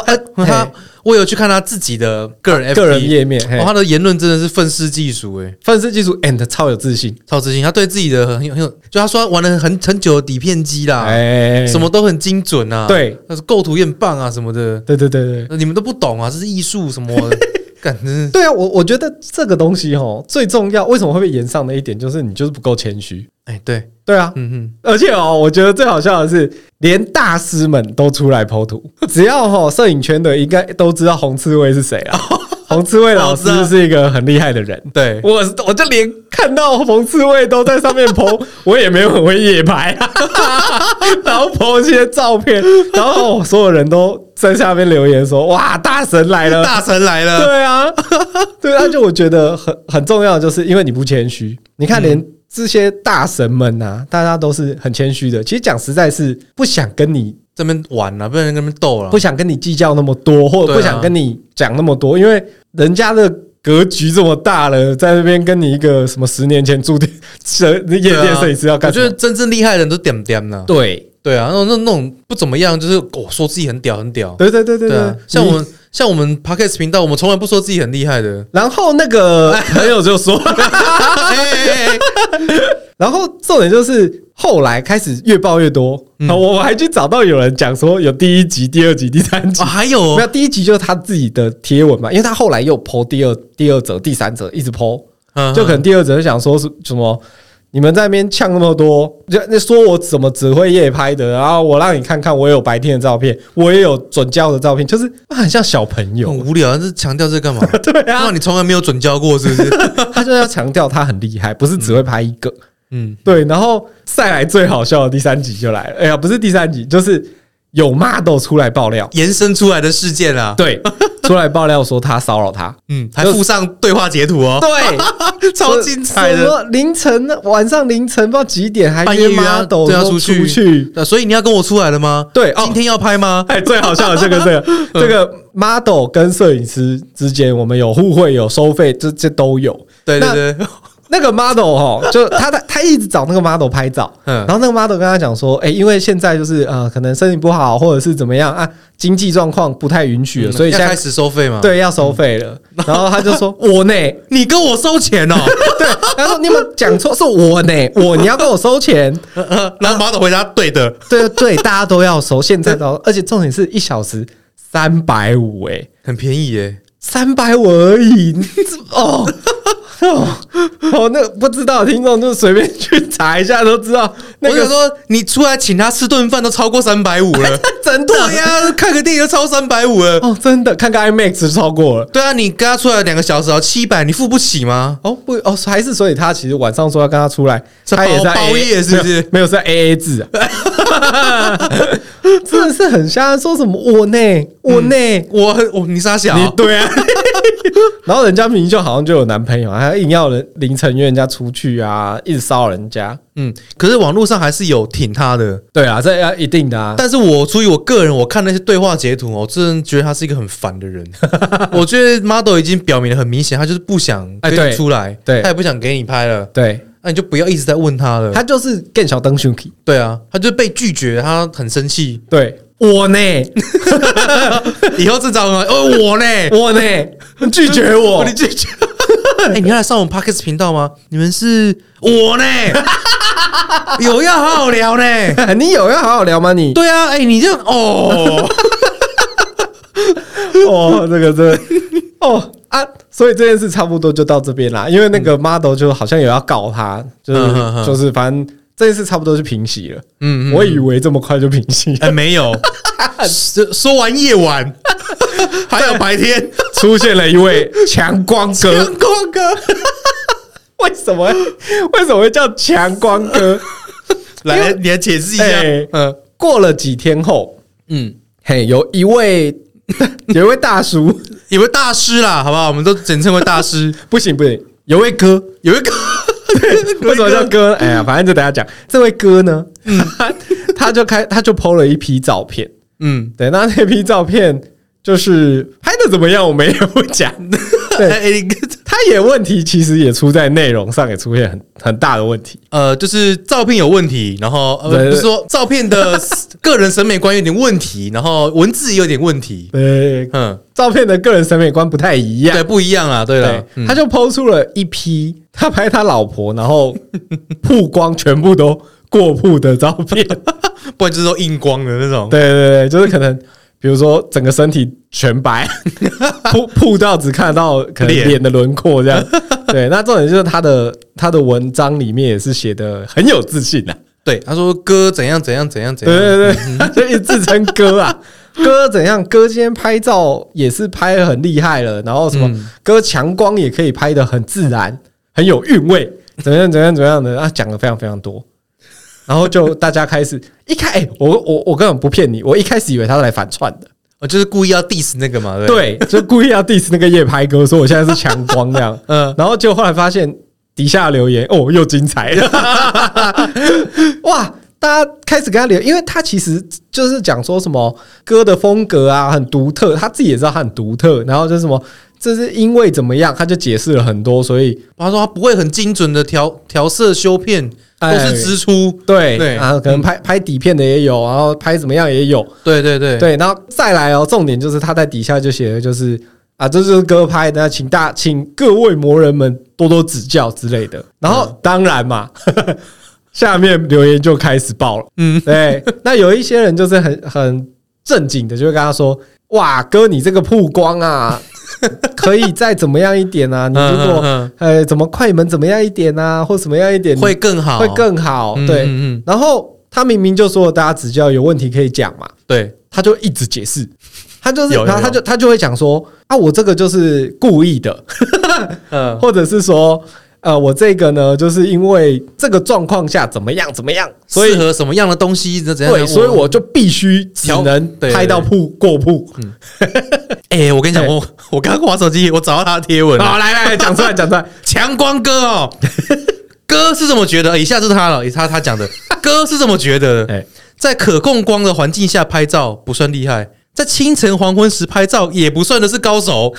Speaker 2: 后呃他我有去看他自己的个人 FB
Speaker 1: 个人页面，嘿
Speaker 2: 哦，他的言论真的是愤世嫉俗哎。
Speaker 1: 愤世嫉俗 and 超有自信，
Speaker 2: 超自信，他对自己的很有很有，就他说他玩了很很久的底片机啦，
Speaker 1: 哎，
Speaker 2: 啊什么都很精准啊，，
Speaker 1: 对
Speaker 2: 那是构图也很棒啊什么的，
Speaker 1: 对对对对。
Speaker 2: 那你们都不懂啊，这是艺术什么 的，感真是
Speaker 1: 对啊，我我觉得这个东西哈最重要，为什么会被延上的一点就是你就是不够谦虚。
Speaker 2: 哎对，
Speaker 1: 对啊，
Speaker 2: 嗯嗯，
Speaker 1: 而且哦，我觉得最好笑的是，连大师们都出来剖图。只要哈摄影圈的应该都知道红刺猬是谁 啊。红刺猬老师
Speaker 2: 我知道
Speaker 1: 是一个很厉害的人。
Speaker 2: 对，
Speaker 1: 我我就 连看到红刺猬都在上面剖， 我也没有很会夜拍啊， 然后剖一些照片，然后哦所有人都在下面留言说：“哇，大神来了，
Speaker 2: 大神来了，
Speaker 1: 对 啊，对啊，就我觉得很很重要，就是因为你不谦虚。你
Speaker 2: 嗯
Speaker 1: 看，连这些大神们啊，大家都是很谦虚的。其实讲实在是不想跟你
Speaker 2: 这边玩啊了，不然跟他们斗了
Speaker 1: 不，想跟你计较那么多，或者
Speaker 2: 对啊
Speaker 1: 不想跟你讲那么多，因为人家的。格局这么大了，在那边跟你一个什么十年前住店摄夜
Speaker 2: 对啊
Speaker 1: 店摄影师要
Speaker 2: 我
Speaker 1: 干什
Speaker 2: 觉得
Speaker 1: 么？
Speaker 2: 真正厉害的人都点点了，
Speaker 1: 对，
Speaker 2: 对啊，那那那种不怎么样，就是我说自己很屌很屌，
Speaker 1: 对对对对对
Speaker 2: 对啊，，像我
Speaker 1: 你。，
Speaker 2: 们像我们 podcast 频道，我们从来不说自己很厉害的
Speaker 1: 然后那 个 朋友就说，
Speaker 2: 哎哎哎
Speaker 1: 然后重点就是后来开始越爆越多，
Speaker 2: 嗯
Speaker 1: 啊我还去找到有人讲说有第一集、第二集、第三集
Speaker 2: 哦，。还有哦
Speaker 1: 没有第一集就是他自己的贴文嘛，因为他后来又 PO 第二、第二则、第三则，一直 PO，
Speaker 2: 嗯
Speaker 1: 就可能第二者就想说是什么。你们在那边呛那么多，就那说我怎么只会夜拍的，然后我让你看看我也有白天的照片，我也有准教的照片，就是很像小朋友
Speaker 2: 很，无聊，这强调这干嘛？
Speaker 1: 对啊
Speaker 2: 那，你从来没有准教过是不 是？
Speaker 1: 他就要强调他很厉害，不是只会拍一个。
Speaker 2: 嗯，
Speaker 1: 对，然后再来最好笑的第三集就来了，哎呀，不是第三集，就是有 model 出来爆料，
Speaker 2: 延伸出来的事件啊，
Speaker 1: 对，出来爆料说他骚扰他，
Speaker 2: 嗯，还附上对话截图哦，
Speaker 1: 对，
Speaker 2: 超精彩
Speaker 1: 什
Speaker 2: 的。
Speaker 1: 么凌晨晚上凌晨不知道几点还
Speaker 2: 半
Speaker 1: 约
Speaker 2: 夜约啊
Speaker 1: model
Speaker 2: 对啊
Speaker 1: 说
Speaker 2: 出去
Speaker 1: 出去，
Speaker 2: 那所以你要跟我出来了吗？
Speaker 1: 对哦
Speaker 2: 今天要拍 吗？
Speaker 1: 哎，最好笑的这个这 个这个 model 跟摄影师之间，我们有互惠有收费，这这都有。
Speaker 2: 对对对，
Speaker 1: 那个 model 哈，就他他他一直找那个 model 拍照，
Speaker 2: 嗯
Speaker 1: 然后那个 model 跟他讲说，哎、因为现在就是呃，可能身体不好或者是怎么样啊，经济状况不太允许了，所以
Speaker 2: 嗯 要
Speaker 1: 现
Speaker 2: 开
Speaker 1: 在
Speaker 2: 始嗯收费嘛？，
Speaker 1: 对要收费了。然后他就说，我呢，
Speaker 2: 你跟我收 钱哦。
Speaker 1: 对，他说你有没有讲错，是我呢，我你要跟我收钱，
Speaker 2: 然后马总回答：“对的，
Speaker 1: 对对，大家都要收，现在都要，而且重点是一小时三百五，哎，
Speaker 2: 很便宜耶。
Speaker 1: 三百五而 已，哦。哦，哦，那不知道的听众就随便去查一下都知道，那
Speaker 2: 我想
Speaker 1: 个
Speaker 2: 说，你出来请他吃顿饭都超过三百五 了。
Speaker 1: 真的
Speaker 2: 对呀、 看个电影都超三百五了。
Speaker 1: 哦，真的，看个 IMAX 就超过了。
Speaker 2: 对啊，你跟他出来两个小时要啊七百，你付不起吗？
Speaker 1: 哦不哦，还是所以他其实晚上说要跟他出来，
Speaker 2: 是
Speaker 1: 他也
Speaker 2: 包
Speaker 1: 在
Speaker 2: 包
Speaker 1: AA
Speaker 2: 夜是不是
Speaker 1: 没有没有是 A A 制、啊， 真的是很瞎，说什么我呢我呢、
Speaker 2: 我我你傻小，
Speaker 1: 你对啊， 然后人家明明就好像就有男朋友，还硬要人凌晨约人家出去啊，一直骚扰人家。
Speaker 2: 嗯，可是网络上还是有挺他的。
Speaker 1: 对啊，这要一定的啊。
Speaker 2: 但是我出于我个人，我看那些对话截图，我真的觉得他是一个很烦 的人。我觉得 model 已经表明的很明显，他就是不想
Speaker 1: 哎
Speaker 2: 跟
Speaker 1: 对
Speaker 2: 你出来，
Speaker 1: 对
Speaker 2: 他也不想给你拍了，
Speaker 1: 对
Speaker 2: 那你就不要一直在问他了。
Speaker 1: 他就是更小灯熊 k
Speaker 2: 对啊，他就被拒绝，他很生气。
Speaker 1: 对我呢
Speaker 2: 以后这招吗？哦，我呢？
Speaker 1: 我呢拒绝 我
Speaker 2: 你，拒绝。哦 哎、你要来上我们 Parkes 频道吗？你们是我 呢？有要好好聊呢？
Speaker 1: 你有要好好聊吗 你？
Speaker 2: 对啊，哎、你这样哦，
Speaker 1: 哦，这个真的 哦啊，所以这件事差不多就到这边啦。因为那个 model 就好像有要告他，就是、
Speaker 2: 嗯哼哼
Speaker 1: 就是反正这件事差不多就平息了。
Speaker 2: 嗯
Speaker 1: 我以为这么快就平息了，
Speaker 2: 哎、没有，说说完夜晚， 还有白天，
Speaker 1: 出现了一 位强光哥。
Speaker 2: 阳光 哥
Speaker 1: 为什么为什么会叫强光 哥？因
Speaker 2: 来，
Speaker 1: 为
Speaker 2: 你来解释一下。
Speaker 1: 哎
Speaker 2: 嗯
Speaker 1: 过了几天后，
Speaker 2: 嗯，
Speaker 1: 嘿，有一位 有一位大叔，
Speaker 2: 有位大师啦，好不好？我们都简称为大师。
Speaker 1: 不行不行，有位哥，
Speaker 2: 有一 个
Speaker 1: 为什么叫哥呢？哎呀，反正就等一下讲。这位哥呢， 他就开他就 PO 了一批照片，
Speaker 2: 嗯，
Speaker 1: 对，那那批照片就是拍的怎么样，我们也不讲。对，
Speaker 2: 哎、你
Speaker 1: 他也问题其实也出在内容上，也出现很很大的问题。
Speaker 2: 呃，就是照片有问题，然后
Speaker 1: 对
Speaker 2: 呃，
Speaker 1: 对
Speaker 2: 不是说照 片的个人审美观有点问题，然后文字也有点问题，
Speaker 1: 对，
Speaker 2: 嗯，
Speaker 1: 照片的个人审美观不太一样
Speaker 2: 对，。不一样啊，对了
Speaker 1: 对，，
Speaker 2: 嗯
Speaker 1: 他就抛出了一批他拍他老婆，然后曝光全部都过曝的照片。
Speaker 2: 不然就是说硬光的那种，
Speaker 1: 对对对，就是可能比如说整个身体全白，曝曝到只看到可能
Speaker 2: 脸
Speaker 1: 脸的轮廓这样。对，那重点就是他的他的文章里面也是写的很有自信啊。
Speaker 2: 对，他说哥怎样怎样怎样怎
Speaker 1: 对
Speaker 2: 样，
Speaker 1: 对对，他就一直自称哥啊。哥怎样？哥今天拍照也是拍得很厉害了，然后什么、哥强光也可以拍得很自然，很有韵味，怎么样怎么样怎么样的啊，讲的非常非常多。然后就大家开始一开，哎，我我我根本不骗你，我一开始以为他是来反串的，
Speaker 2: 哦就是故意要 diss 那个嘛，对不对，
Speaker 1: 对，就故意要 diss 那个夜拍哥，说我现在是强光这 样，
Speaker 2: 嗯，
Speaker 1: 然后就后来发现底下留言哦，又精彩 了，哇！大家开始跟他聊，因为他其实就是讲说什么歌的风格啊很独特，他自己也知道他很独特，然后就是什么这是因为怎么样，他就解释了很多，所以
Speaker 2: 他说他不会很精准的调调色修片，都
Speaker 1: 哎
Speaker 2: 是支出，
Speaker 1: 对
Speaker 2: 对嗯
Speaker 1: 啊，可能拍拍底片的也有，然后拍怎么样也有，
Speaker 2: 对对对，
Speaker 1: 哎对，然后再来哦，重点就是他在底下就写的就是啊，这就是歌拍的，那请大请各位魔人们多多指教之类的。然后当然嘛， 下面留言就开始爆了。
Speaker 2: 嗯，
Speaker 1: 对，那有一些人就是很很正经的，就会跟他说：“哇，哥，你这个曝光啊， 可以再怎么样一点啊？你
Speaker 2: 嗯
Speaker 1: 如果
Speaker 2: 嗯
Speaker 1: 呃怎么快门怎么样一点啊，或怎么样一点
Speaker 2: 嗯会更好，
Speaker 1: 会更好，
Speaker 2: 嗯
Speaker 1: 对。
Speaker 2: 嗯嗯
Speaker 1: 然后他明明就说大家指教有问题可以讲嘛，
Speaker 2: 对，
Speaker 1: 他就一直解释，他就是
Speaker 2: 有有
Speaker 1: 然后他就他就会讲说啊，我这个就是故意的，
Speaker 2: 嗯
Speaker 1: 或者是说呃，我这个呢就是因为这个状况下怎么样怎么样，所以
Speaker 2: 适合什么样的东西，怎样
Speaker 1: 对，所以我就必须只
Speaker 2: 调
Speaker 1: 能
Speaker 2: 对嗯
Speaker 1: 拍到
Speaker 2: 对
Speaker 1: 铺过铺。
Speaker 2: 哎、我跟你讲，
Speaker 1: 对
Speaker 2: 我 我刚刚玩手机，我找到他的贴文啊了
Speaker 1: 好，来来来，讲出来讲出 来。
Speaker 2: 强光哥 哦，哥是这么觉得，哦以下是他了，以他他 讲的，哥是这么觉得的
Speaker 1: 哎，
Speaker 2: 在可控光的环境下拍照不算厉害，在清晨黄昏时拍照也不算的是 高手，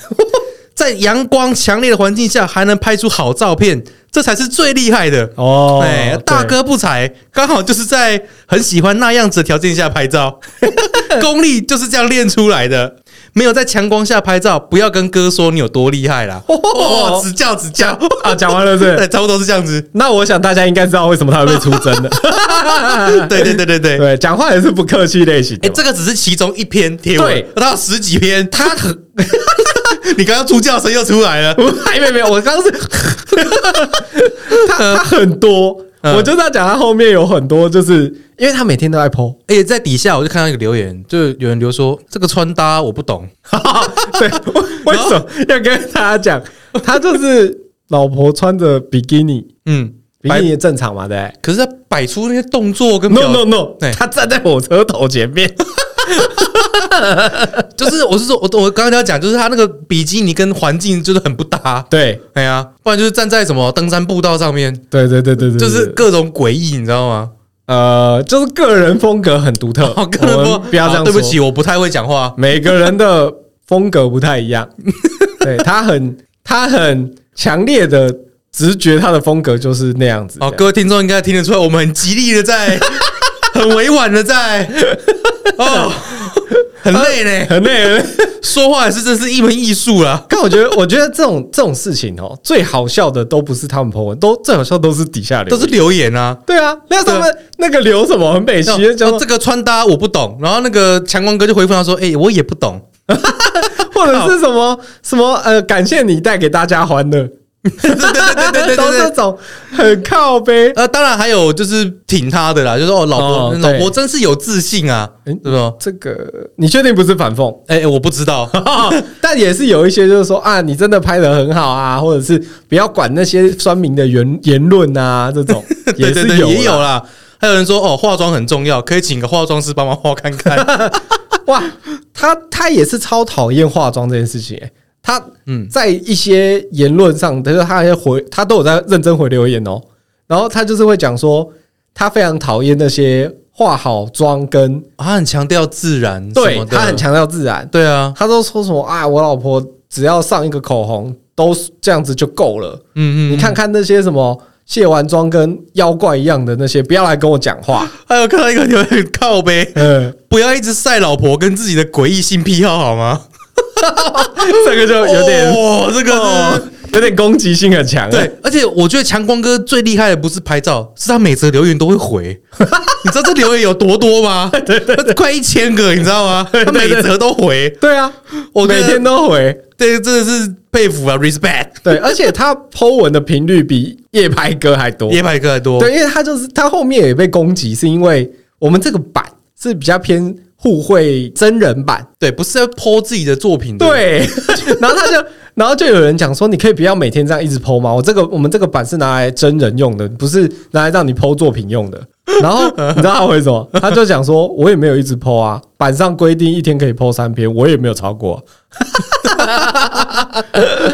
Speaker 2: 在阳光强烈的环境下还能拍出好照片，这才是最厉害的。
Speaker 1: 哦，
Speaker 2: 哎，大哥不才，刚好就是在很喜欢那样子的条件下拍 照，功力就是这样练出来的。没有在强光下拍照，不要跟哥说你有多厉害啦，哦，指教指教。
Speaker 1: 对 啊，讲完了对。
Speaker 2: 对，差不多是这样子。
Speaker 1: 那我想大家应该知道为什么他会被出征的，
Speaker 2: 对对对对对，哎、
Speaker 1: 对，讲话也是不客气类型的嘛。
Speaker 2: 这个只是其中一篇贴文，
Speaker 1: 对
Speaker 2: 他有十几篇，他很， 你刚刚出叫声又出来 了，
Speaker 1: 还没没有，我刚刚是 他他很多，
Speaker 2: 嗯
Speaker 1: 我就是要讲他后面有很多，就是因为他每天都在 PO，
Speaker 2: 而哎且在底下我就看到一个留言，就有人留说这个穿搭我不懂，
Speaker 1: 对，为为什么要跟大家讲？他就是老婆穿着比基尼，
Speaker 2: 嗯，
Speaker 1: 比基尼正常嘛，对
Speaker 2: 可是他摆出那些动作跟
Speaker 1: 不对
Speaker 2: 表
Speaker 1: ？No No No，
Speaker 2: 对
Speaker 1: 他站在火车头前 面，
Speaker 2: 就是我是说，我我刚刚要讲，就是他那个比基尼跟环境就是很不搭，
Speaker 1: 对
Speaker 2: 哎呀、不然就是站在什么登山步道上面，
Speaker 1: 对对对对对，
Speaker 2: 就是
Speaker 1: 对
Speaker 2: 各种诡异，你知道吗？
Speaker 1: 呃，就是个人风格很独特，
Speaker 2: 哦，个人
Speaker 1: 我
Speaker 2: 不
Speaker 1: 们不要这样
Speaker 2: 哦对
Speaker 1: 说，
Speaker 2: 不起，我不太会讲话，
Speaker 1: 每个人的风格不太一 样，对他很他很强烈的直觉，他的风格就是那样子。
Speaker 2: 好，哦各位听众应该听得出来，我们很极力 的在，很委婉的在，哦，很累呢，
Speaker 1: 很累 人。
Speaker 2: 说话也是真是一门艺术啊啦。
Speaker 1: 但我觉得，我觉得这种这种事情哦，最好笑的都不是他们 po 文，都最好笑都是底下留
Speaker 2: 都
Speaker 1: 言，
Speaker 2: 是留言啊。
Speaker 1: 对啊。那他们那个留什么很北
Speaker 2: 然后
Speaker 1: 西，叫
Speaker 2: 哦这个穿搭我不懂，然后那个强光哥就回复他说：“哎、我也 不懂。
Speaker 1: 或
Speaker 2: 哦
Speaker 1: 者是什么什么呃，感谢你带给大家欢乐，
Speaker 2: 对”对对对对对
Speaker 1: 都
Speaker 2: 对
Speaker 1: 这
Speaker 2: 对。
Speaker 1: 种很靠背。
Speaker 2: 呃，当然还有就是挺他的啦，就说哦，老婆、
Speaker 1: 哦对
Speaker 2: 老婆真是有自信啊，
Speaker 1: 嗯
Speaker 2: 对吧？
Speaker 1: 这个你确定不是反讽？
Speaker 2: 哎、哎我不知 道，
Speaker 1: 但也是有一些就是说啊，你真的拍的很好啊，或者是不要管那些酸民的言言论啊，这种
Speaker 2: 对对
Speaker 1: 是
Speaker 2: 对，
Speaker 1: 有啦
Speaker 2: 也有啦。还有人说哦，化妆很重要，可以请个化妆师帮忙化 看看。
Speaker 1: 哇，他他也是超讨厌化妆这件事情、欸，他
Speaker 2: 嗯，
Speaker 1: 在一些言论上，他就是他还回他都有在认真回留言哦、然后他就是会讲说，他非常讨厌那些化好妆跟
Speaker 2: 他很强调自然，
Speaker 1: 对他很，强调自然，
Speaker 2: 对啊，
Speaker 1: 他都说什么啊，我老婆只要上一个口红都是这样子就够了。
Speaker 2: 嗯嗯，
Speaker 1: 你看，看那些什么卸完妆跟妖怪一样的那些，不要来跟我讲话。
Speaker 2: 还有看到一个有点靠背，
Speaker 1: 嗯，
Speaker 2: 不要一直晒老婆跟自己的诡异性癖好好吗？
Speaker 1: 这个就 有点，
Speaker 2: 哦，这个是。
Speaker 1: 有点攻击性很强。
Speaker 2: 对，，而且我觉得强光哥最厉害的不是拍照，是他每则留言都会 回。你知道这留言有多多吗？对对，快一千个，你知道 吗？他每则都回，
Speaker 1: 对啊，
Speaker 2: 我觉
Speaker 1: 每
Speaker 2: 得
Speaker 1: 天都回。
Speaker 2: 对，真的是佩服啊，respect，
Speaker 1: 对，而且他 Po 文的频率比夜拍哥还多。
Speaker 2: 野百哥还多。
Speaker 1: 哦对，因为他就是他后面也被攻击，是因为我们这个版是比较偏互惠真人版。
Speaker 2: 对，不是在剖自己的作品的。
Speaker 1: 对，然后他就，然后就有人讲说，你可以不要每天这样一直剖吗？我这个我们这个版是拿来真人用的，不是拿来让你剖作品用的。然后你知道他回什么？他就讲说，我也没有一直剖啊，版上规定一天可以剖三篇，我也没有超过，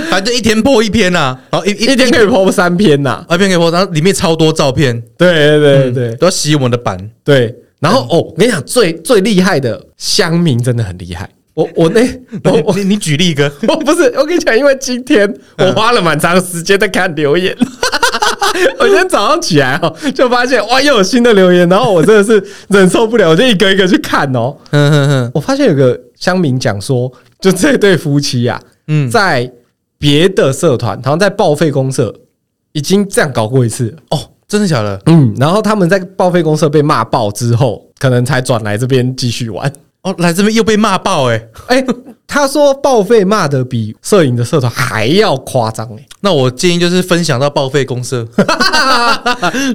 Speaker 2: 反正一天破一篇呐、啊，然后一一
Speaker 1: 一天可以剖三篇呐、
Speaker 2: 一篇可以破，然后里面超多照片，
Speaker 1: 对对对对、
Speaker 2: 都要洗我们的版。
Speaker 1: 对。然后哦，我跟你讲，最最厉害的乡民真的很厉害。我我那 我我
Speaker 2: 你你举例一个，
Speaker 1: 我不是，我跟你讲，因为今天我花了蛮长时间在看留言。 我今天早上起来哦，就发现哇，又有新的留言，然后我真的是忍受不了，我就一个一个去看哦。
Speaker 2: 嗯哼哼，
Speaker 1: 我发现有个乡民讲说，就这对夫妻啊，
Speaker 2: 嗯，
Speaker 1: 在别的社团，好像在报废公社，已经这样搞过一次了。
Speaker 2: 哦，真的假的？
Speaker 1: 嗯，然后他们在报废公社被骂爆之后，可能才转来这边继续玩。
Speaker 2: 哦，来这边又被骂爆哎、
Speaker 1: 哎、他说报废骂的比摄影的社团还要夸张哎。
Speaker 2: 那我建议就是分享到报废公社，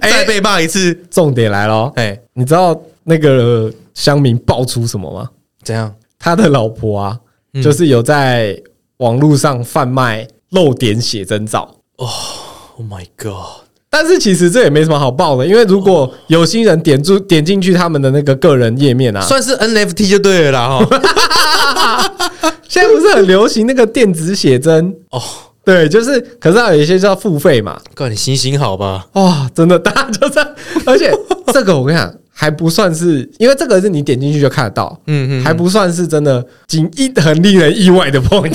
Speaker 2: 再被骂一次。
Speaker 1: 重点来了，
Speaker 2: 哎，
Speaker 1: 你知道那个乡民爆出什么吗？
Speaker 2: 怎样？
Speaker 1: 他的老婆啊，
Speaker 2: 嗯
Speaker 1: 就是有在网络上贩卖露点写真照。
Speaker 2: Oh my god！
Speaker 1: 但是其实这也没什么好报的，因为如果有心人点注点进去他们的那个个人页面啊，
Speaker 2: 算是 NFT 就对了啦 哈。
Speaker 1: 现在不是很流行那个电子写真？
Speaker 2: 哦，
Speaker 1: 对，就是，可是还有一些叫付费嘛，
Speaker 2: 告你行行好吧？
Speaker 1: 哇、哦真的，大家就这样， 而且这个我跟你讲，还不算是，因为这个是你点进去就看得到，
Speaker 2: 嗯嗯。
Speaker 1: 还不算是真的，仅一很令人意外的 point。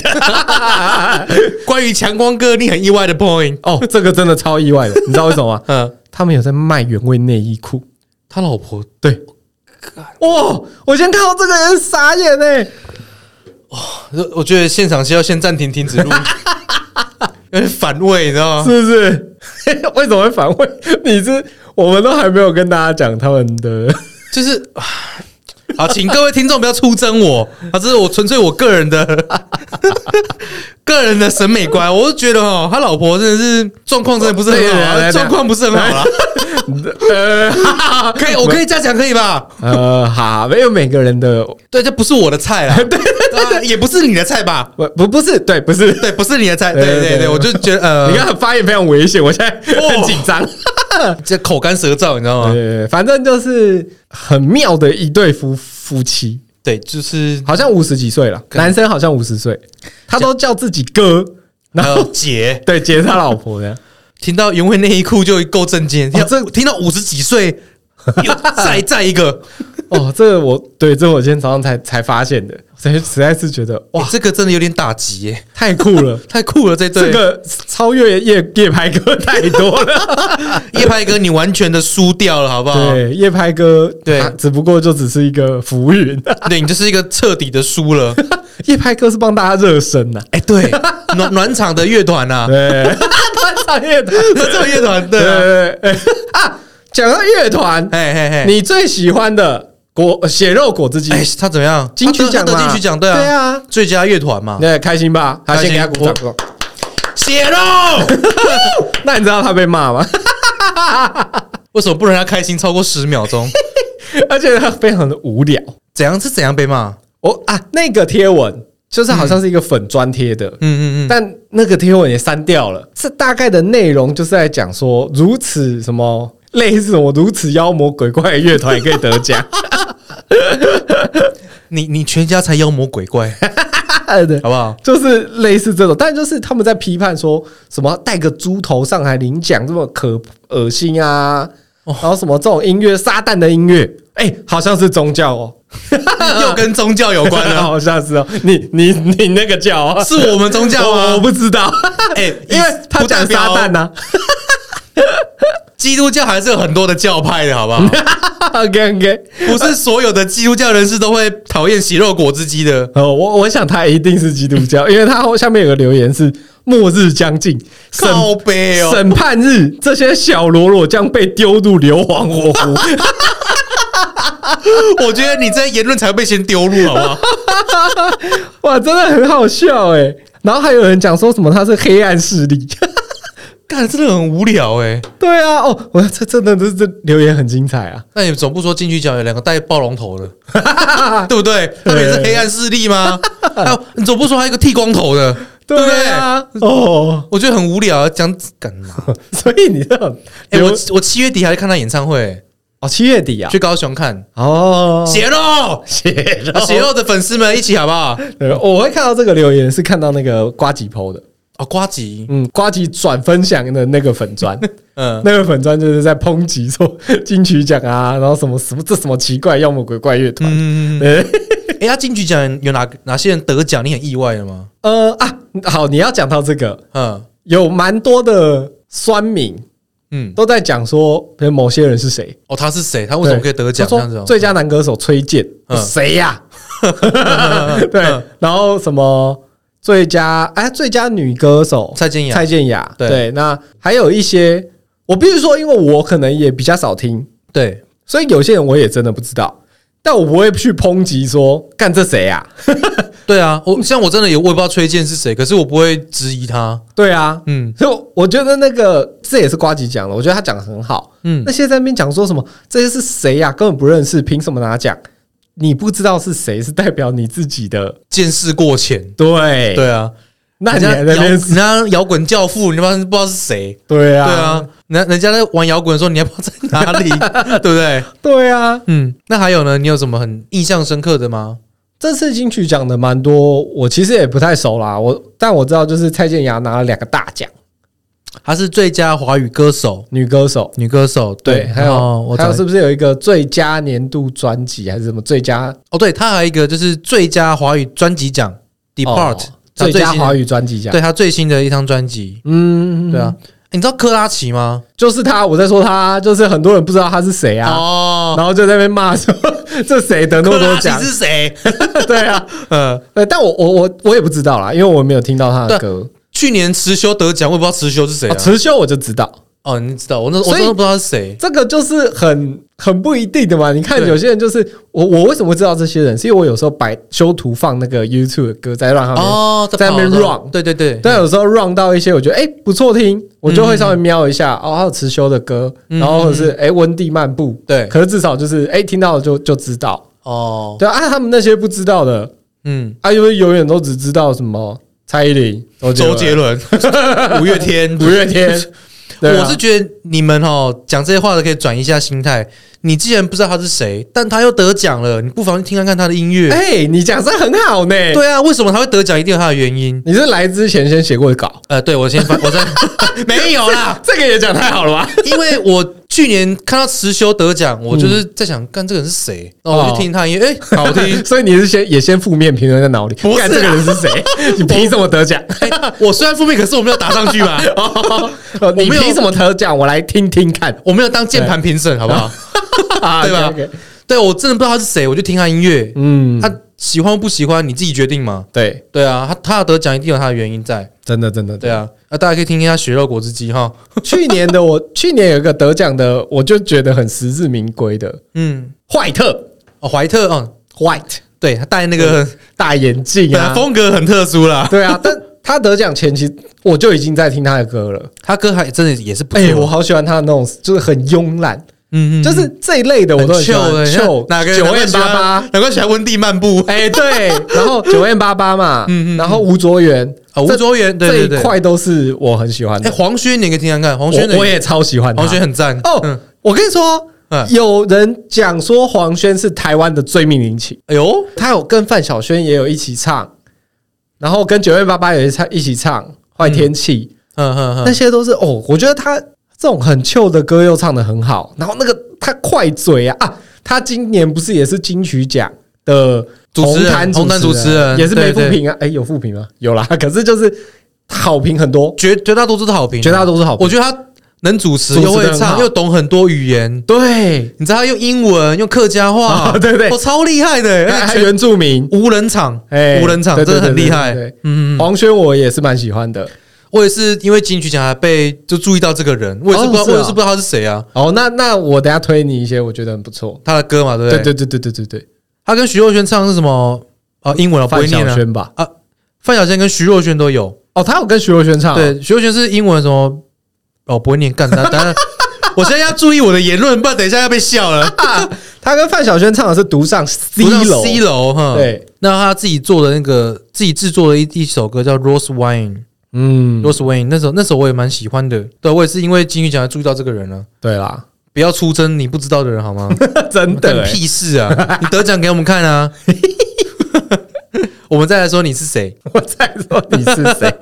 Speaker 2: 关于强光哥，你很意外的 point。
Speaker 1: 哦，这个真的超意外的，你知道为什么 吗？
Speaker 2: 嗯，
Speaker 1: 他们有在卖原味内衣裤。
Speaker 2: 他老婆
Speaker 1: 对，哇！我先看到这个人傻眼哎、
Speaker 2: 呃我我觉得现场需要先暂停停 止录音，有点反胃，你知道吗？
Speaker 1: 是不是？ 为什么会反胃？你是我们都还没有跟大家讲他们 的，
Speaker 2: 就是。 啊好，请各位听众不要出征我，啊，这是我纯粹我个人的 个人的审美观，我就觉得哦，他老婆真的是状况真的不是很好
Speaker 1: 对对
Speaker 2: 啊，
Speaker 1: 对
Speaker 2: 状况不是很好啦。
Speaker 1: 呃
Speaker 2: 可以，我可以加强，可以吧？
Speaker 1: 呃，好，没有每个人的，
Speaker 2: 对，这不是我的 菜啦，对对，啊也不是你的菜吧？
Speaker 1: 不不不是，对，不是。
Speaker 2: 对，不是你的菜，
Speaker 1: 对
Speaker 2: 对
Speaker 1: 对
Speaker 2: 对
Speaker 1: 对
Speaker 2: 对，我就觉得呃，
Speaker 1: 你看发言非常危险，我现在很紧张。
Speaker 2: 这口干舌燥，你知道 吗？
Speaker 1: 对，反正就是很妙的一对夫夫妻，
Speaker 2: 对，就是
Speaker 1: 好像五十几岁了，男生好像五十岁，他都叫自己哥，然
Speaker 2: 还
Speaker 1: 后
Speaker 2: 有呃姐，
Speaker 1: 对，接他老婆 的。
Speaker 2: 听到原味内衣裤就够震惊，听到
Speaker 1: 哦这
Speaker 2: 听到五十几岁，又再再一个，
Speaker 1: 哦，这个我对，这个我今天早上才才发现的，所以实在是觉得哇，
Speaker 2: 哇，欸这个真的有点打击耶，！
Speaker 1: 太酷了
Speaker 2: 太酷了，这
Speaker 1: 这
Speaker 2: 对。
Speaker 1: 个超越夜夜拍哥太多 了，
Speaker 2: 夜拍哥，你完全的输掉了，好不好？
Speaker 1: 哦对，夜拍哥，
Speaker 2: 对
Speaker 1: 他只不过就只是一个浮云。
Speaker 2: 对，你就是一个彻底的输了。
Speaker 1: 夜拍哥是帮大家热身呐、
Speaker 2: 哎，对，暖暖场的乐团 呐，
Speaker 1: 对，团长乐团，
Speaker 2: 暖场乐团，
Speaker 1: 对
Speaker 2: 对啊，
Speaker 1: 对对 啊，讲到乐团，
Speaker 2: 嘿嘿嘿，
Speaker 1: 你最喜欢的果血肉果汁机
Speaker 2: 哎，他怎么样？
Speaker 1: 金曲奖
Speaker 2: 他得
Speaker 1: 嘛
Speaker 2: 金曲奖，对啊，
Speaker 1: 对啊，
Speaker 2: 最佳乐团嘛，
Speaker 1: 那开心吧？他
Speaker 2: 开
Speaker 1: 先
Speaker 2: 心
Speaker 1: 给他鼓掌。
Speaker 2: 血肉。
Speaker 1: 那你知道他被骂吗？
Speaker 2: 为什么不能让他开心超过十秒钟？
Speaker 1: 而且他非常的无聊。
Speaker 2: 怎样是怎样被骂？
Speaker 1: 我啊，那个贴文就是好像是一个粉砖贴的，
Speaker 2: 嗯嗯嗯，
Speaker 1: 但那个贴文也删掉了。这大概的内容就是在讲说，如此什么类似我如此妖魔鬼怪的乐团也可以得 奖。
Speaker 2: 你你全家才妖魔 鬼怪，好不好？
Speaker 1: 就是类似这种，但就是他们在批判说什么带个猪头上来领奖这么可恶心啊，
Speaker 2: 哦
Speaker 1: 然后什么这种音乐撒旦的音乐，哎，好像是宗教哦，
Speaker 2: 又跟宗教有关 了，
Speaker 1: 好像是哦，你你你那个教啊，
Speaker 2: 是我啊们宗教
Speaker 1: 我我
Speaker 2: 吗？
Speaker 1: 不知 道，
Speaker 2: 哎，
Speaker 1: 因为他
Speaker 2: 不
Speaker 1: 讲
Speaker 2: 代
Speaker 1: 撒
Speaker 2: 表
Speaker 1: 旦啊 呐、
Speaker 2: 基督教还是有很多的教派的，好 不好？
Speaker 1: 啊、，OK OK，
Speaker 2: 不是所有的基督教人士都会讨厌洗肉果汁机的。
Speaker 1: 哦，我我想他一定是基督教， 因为他后下面有个留言是“末日将近，审
Speaker 2: 靠背哦，
Speaker 1: 审判日，这些小喽啰将被丢入硫磺火湖。
Speaker 2: 我觉得你这言论才会被先丢入，好 不好？”
Speaker 1: 哇，真的很好笑哎、然后还有人讲说什么他是黑暗势 力，
Speaker 2: 干，真的很无聊哎。
Speaker 1: 对啊，哦，我这真的这这留言很精彩啊，
Speaker 2: 那你总不说进去讲有两个戴暴 龙头的，对不对？特别是黑暗势力吗？还有你总不说还有一个剃光头的，对不
Speaker 1: 对
Speaker 2: 对？
Speaker 1: 啊，哦，
Speaker 2: 我觉得很无聊，啊讲干嘛？
Speaker 1: 所以你这种
Speaker 2: 哎、
Speaker 1: 留、
Speaker 2: 我我七月底还去看他演唱会，
Speaker 1: 哦七月底啊，
Speaker 2: 去高雄看
Speaker 1: 哦，
Speaker 2: 血肉，啊
Speaker 1: 血肉
Speaker 2: 血肉的粉丝们一起好不好？
Speaker 1: 对，我会看到这个留言是看到那个瓜吉 PO 的，
Speaker 2: 哦，瓜吉，
Speaker 1: 嗯，瓜吉转分享的那个粉砖，
Speaker 2: 嗯，
Speaker 1: 那个粉砖就是在抨击说金曲奖啊，然后什么什么这什么奇怪妖魔鬼怪乐团，
Speaker 2: 嗯，
Speaker 1: 呃
Speaker 2: 哎、他金曲奖有哪哪些人得奖？你很意外的吗？
Speaker 1: 呃啊，好，你要讲到这个，
Speaker 2: 嗯
Speaker 1: 有蛮多的酸民
Speaker 2: 嗯，
Speaker 1: 都在讲说，比如某些人是谁，
Speaker 2: 哦，他是谁？他为什么可以得奖？
Speaker 1: 他
Speaker 2: 这
Speaker 1: 说
Speaker 2: 样子、哦，
Speaker 1: 最佳男歌手崔健，
Speaker 2: 嗯
Speaker 1: 谁 呀？
Speaker 2: 嗯
Speaker 1: 对，然后什么最佳哎，最佳女歌手
Speaker 2: 蔡健雅
Speaker 1: 蔡健雅，
Speaker 2: 对
Speaker 1: 对，那还有一些，我必须说，因为我可能也比较少听，
Speaker 2: 对，
Speaker 1: 所以有些人我也真的不知道。但我不会去抨击说干这谁啊？
Speaker 2: 对啊，
Speaker 1: 嗯
Speaker 2: 我像我真的也我也不知道崔健是谁，可是我不会质疑他。
Speaker 1: 对啊，
Speaker 2: 嗯
Speaker 1: 所以我觉得那个这也是瓜吉讲的，我觉得他讲的很好。
Speaker 2: 嗯
Speaker 1: 那，些在那边讲说什么这些是谁呀、根本不认识，凭什么拿奖？你不知道是谁，是代表你自己的。
Speaker 2: 见识过浅。
Speaker 1: 对，
Speaker 2: 对啊，
Speaker 1: 哎那你
Speaker 2: 人
Speaker 1: 还
Speaker 2: 家
Speaker 1: 在那边
Speaker 2: 摇人家摇滚教父，你他妈不知道是谁？
Speaker 1: 对
Speaker 2: 对
Speaker 1: 啊，
Speaker 2: 啊，人人家在玩摇滚的时候，你还不知道在哪里， 对不对？
Speaker 1: 对啊。
Speaker 2: 嗯，那还有呢？你有什么很印象深刻的吗？
Speaker 1: 这次金曲奖的蛮多，我其实也不太熟啦。我但我知道，就是蔡健雅拿了两个大奖，
Speaker 2: 她是最佳华语歌手、
Speaker 1: 女歌手。
Speaker 2: 女歌手，
Speaker 1: 对，还有、
Speaker 2: 哦我
Speaker 1: 还有
Speaker 2: 找
Speaker 1: 是不是有一个最佳年度专辑还是什么最佳
Speaker 2: 哦，对，她还有一个就是最佳华语专辑奖
Speaker 1: 哦
Speaker 2: ，Depart，她
Speaker 1: 最佳
Speaker 2: 新的
Speaker 1: 华语专辑奖？
Speaker 2: 对她最新的一张专辑，
Speaker 1: 嗯，
Speaker 2: 对啊，诶你知道克拉奇吗？
Speaker 1: 就是他，我在说他，就是很多人不知道他是谁啊，
Speaker 2: 哦，
Speaker 1: 然后就在那边骂说 这谁得那么
Speaker 2: 克
Speaker 1: 多
Speaker 2: 拉奇
Speaker 1: 奖？
Speaker 2: 是谁？
Speaker 1: 对啊，
Speaker 2: 呃，
Speaker 1: 呃，但我我我我也不知道啦，因为我没有听到他的歌。
Speaker 2: 去年辞修得奖，我也不知道辞修是谁
Speaker 1: 哦
Speaker 2: 啊。
Speaker 1: 辞修我就知道，
Speaker 2: 哦，你知道，我那我
Speaker 1: 所以
Speaker 2: 真的不知道是谁。
Speaker 1: 这个就是很很不一定的嘛。你看
Speaker 2: 对
Speaker 1: 有些人就是我，我为什么会知道这些人？是因为我有时候摆修图放那个 YouTube 的歌，再让他们。
Speaker 2: 哦，
Speaker 1: 在那边
Speaker 2: 跑的
Speaker 1: run
Speaker 2: 对对对，
Speaker 1: 但有时候 run 到一些我觉得哎、不错听，我就会稍微瞄一下、哦，还有辞修的歌，
Speaker 2: 嗯
Speaker 1: 然后或者是哎温蒂漫步，
Speaker 2: 对
Speaker 1: 可是至少就是哎、听到了就就知道，
Speaker 2: 哦，
Speaker 1: 对啊，他们那些不知道的，
Speaker 2: 嗯，
Speaker 1: 啊，因为永远都只知道什么蔡依林、
Speaker 2: 周
Speaker 1: 周杰
Speaker 2: 杰
Speaker 1: 伦、
Speaker 2: 伦、五月天，
Speaker 1: 五月 天。对啊
Speaker 2: 我是觉得你们哦讲这些话的可以转移一下心态。你既然不知道他是谁，但他又得奖了，你不妨去听看看他的音乐。
Speaker 1: 哎、你讲的很好呢。，
Speaker 2: 对啊，为什么他会得奖？一定有他的原因。
Speaker 1: 你是来之前先写过稿，
Speaker 2: 呃，对我先翻，我 先没有啦，
Speaker 1: 这个也讲太好了吧？
Speaker 2: 因为我去年看到辞修得奖，我就是在想，干这个人是谁？然后我
Speaker 1: 哦。
Speaker 2: 就听他音乐，哎、嗯好听
Speaker 1: 所以你是先也先负面评论在脑里，
Speaker 2: 不是啊
Speaker 1: 看这个人是谁？你凭什么得奖？
Speaker 2: 我虽然负面，可是我没有打上去 嘛，
Speaker 1: 呃
Speaker 2: 没
Speaker 1: 你
Speaker 2: 有
Speaker 1: 凭什么得奖？我来听听看
Speaker 2: 我没有当键盘评审，好不好？
Speaker 1: 啊
Speaker 2: 对吧
Speaker 1: OK，OK
Speaker 2: 对，我真的不知道他是谁，我就听他音乐，
Speaker 1: 嗯，
Speaker 2: 他喜欢或不喜欢你自己决定嘛。
Speaker 1: 对，
Speaker 2: 对啊，他他要得奖一定有他的原因在。
Speaker 1: 真的真的。
Speaker 2: 对啊，那大家可以听听他血肉果汁机哈。
Speaker 1: 去年的我，去年有一个得奖的，我就觉得很实至名归的，
Speaker 2: 嗯，
Speaker 1: 坏特
Speaker 2: 哦，怀特，嗯，
Speaker 1: White
Speaker 2: 对他戴那个，
Speaker 1: 大眼镜
Speaker 2: 对
Speaker 1: 啊
Speaker 2: 啊，， 风格很特殊啦。
Speaker 1: 对啊，但他得奖前其实我就已经在听他的歌了。
Speaker 2: 他歌还真的也是不
Speaker 1: 哎、我
Speaker 2: 错，
Speaker 1: 好喜欢他的那种，就是很慵懒，
Speaker 2: 嗯
Speaker 1: 就是这一类的我都很喜欢。
Speaker 2: 秀
Speaker 1: chill，
Speaker 2: 哪个
Speaker 1: 九
Speaker 2: 哪个
Speaker 1: N
Speaker 2: 喜欢
Speaker 1: 八八？
Speaker 2: 哪个喜欢温蒂漫步？
Speaker 1: 哎，对，然后九 N 八八嘛，
Speaker 2: 嗯嗯嗯
Speaker 1: 然后吴卓源，
Speaker 2: 啊，吴
Speaker 1: 这
Speaker 2: 卓源，对对
Speaker 1: 这一
Speaker 2: 对。
Speaker 1: 块都是我很喜欢
Speaker 2: 哎，
Speaker 1: 的。
Speaker 2: 黄轩，你也可以听看看，黄轩的
Speaker 1: 我我也超喜欢他
Speaker 2: 黄轩很赞
Speaker 1: 哦
Speaker 2: 嗯
Speaker 1: 我跟你说，
Speaker 2: 嗯
Speaker 1: 有人讲说黄轩是台湾的罪命灵琴，
Speaker 2: 哎呦，
Speaker 1: 他有跟范晓萱也有一起唱，然后跟九 N 八八也唱一起唱《坏天气》
Speaker 2: 嗯嗯
Speaker 1: 那
Speaker 2: 嗯，
Speaker 1: 些都是哦，我觉得他这种很旧的歌又唱的很好，然后那个他快嘴啊啊，他今年不是也是金曲奖的
Speaker 2: 主持
Speaker 1: 红
Speaker 2: 人红毯
Speaker 1: 毯主
Speaker 2: 主持人
Speaker 1: 也是没
Speaker 2: 对
Speaker 1: 负
Speaker 2: 对
Speaker 1: 评啊？哎、有负评吗？有啦，可是就是好评很多，
Speaker 2: 绝绝大多数都好评，啊
Speaker 1: 绝大多数好评。
Speaker 2: 我觉得他能主持
Speaker 1: 主持
Speaker 2: 又会
Speaker 1: 得很
Speaker 2: 唱，
Speaker 1: 好
Speaker 2: 又懂很多语言，
Speaker 1: 对，
Speaker 2: 你知道他用英文用客家话，
Speaker 1: 啊对对
Speaker 2: 我超厉 害的，
Speaker 1: 还
Speaker 2: 欸而且
Speaker 1: 还
Speaker 2: 全
Speaker 1: 原住民，
Speaker 2: 无人场，
Speaker 1: 哎
Speaker 2: 无人场
Speaker 1: 对
Speaker 2: 真
Speaker 1: 对
Speaker 2: 的很
Speaker 1: 对对
Speaker 2: 厉害
Speaker 1: 对对。
Speaker 2: 嗯，嗯
Speaker 1: 黄轩我也是蛮喜欢的。
Speaker 2: 我也是因为金曲奖还被就注意到这个人，我也是不知道，
Speaker 1: 哦是啊
Speaker 2: 我也是不知道他是谁啊。
Speaker 1: 哦，那那我等下推你一些，我觉得很不错。
Speaker 2: 他的歌嘛，对不
Speaker 1: 对
Speaker 2: 对？
Speaker 1: 对对对对对对，
Speaker 2: 他跟徐若瑄唱的是什么？啊，英文我不
Speaker 1: 范
Speaker 2: 会
Speaker 1: 晓
Speaker 2: 念啊。
Speaker 1: 萱吧？
Speaker 2: 范晓萱跟徐若瑄都有。
Speaker 1: 哦，他有跟徐若瑄唱啊、
Speaker 2: 对，徐若瑄是英文什么？哦，不会念，干啥？ 当然，我现在要注意我的言论，不然等一下要被笑 了。
Speaker 1: 他跟范晓萱唱的是独上 C
Speaker 2: 不
Speaker 1: 楼
Speaker 2: 像 C 楼哈。，
Speaker 1: 对，
Speaker 2: 那他自己做的那个，自己制作的一一首歌叫《Rose Wine》。
Speaker 1: 嗯，
Speaker 2: Rose Wayne 那首那首我也蛮喜欢的，对我也是因为金曲奖才注意到这个人啊。
Speaker 1: 对啦，
Speaker 2: 不要出征你不知道的人好吗？
Speaker 1: 真
Speaker 2: 干
Speaker 1: 的、
Speaker 2: 你
Speaker 1: 欸，
Speaker 2: 屁事啊！你得奖给我们 看啊！我们再来说你是谁？
Speaker 1: 我再说你是谁？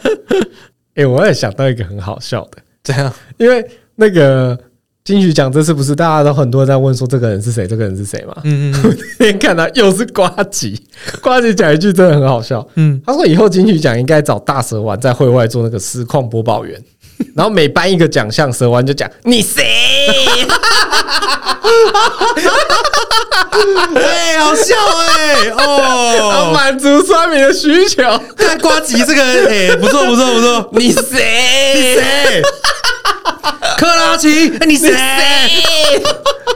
Speaker 1: 哎、我也想到一个很好笑的，
Speaker 2: 这样
Speaker 1: 因为那个金曲奖这次不是大家都很多人在问说这个人是谁，这个人是谁嘛？
Speaker 2: 嗯 嗯
Speaker 1: 我那天看到又是瓜吉， 瓜吉讲一句真的很好笑，
Speaker 2: 嗯，
Speaker 1: 他说以后金曲奖应该找大蛇丸在会外做那个实况播报 员，然后每颁一个奖项，蛇丸就讲你谁？
Speaker 2: 哎、好笑哎、
Speaker 1: 要
Speaker 2: 哦，
Speaker 1: 满足酸民的需 求，
Speaker 2: 看瓜吉这个哎、不错不错不错，
Speaker 1: 你谁？
Speaker 2: 谁？克拉奇，哎你谁？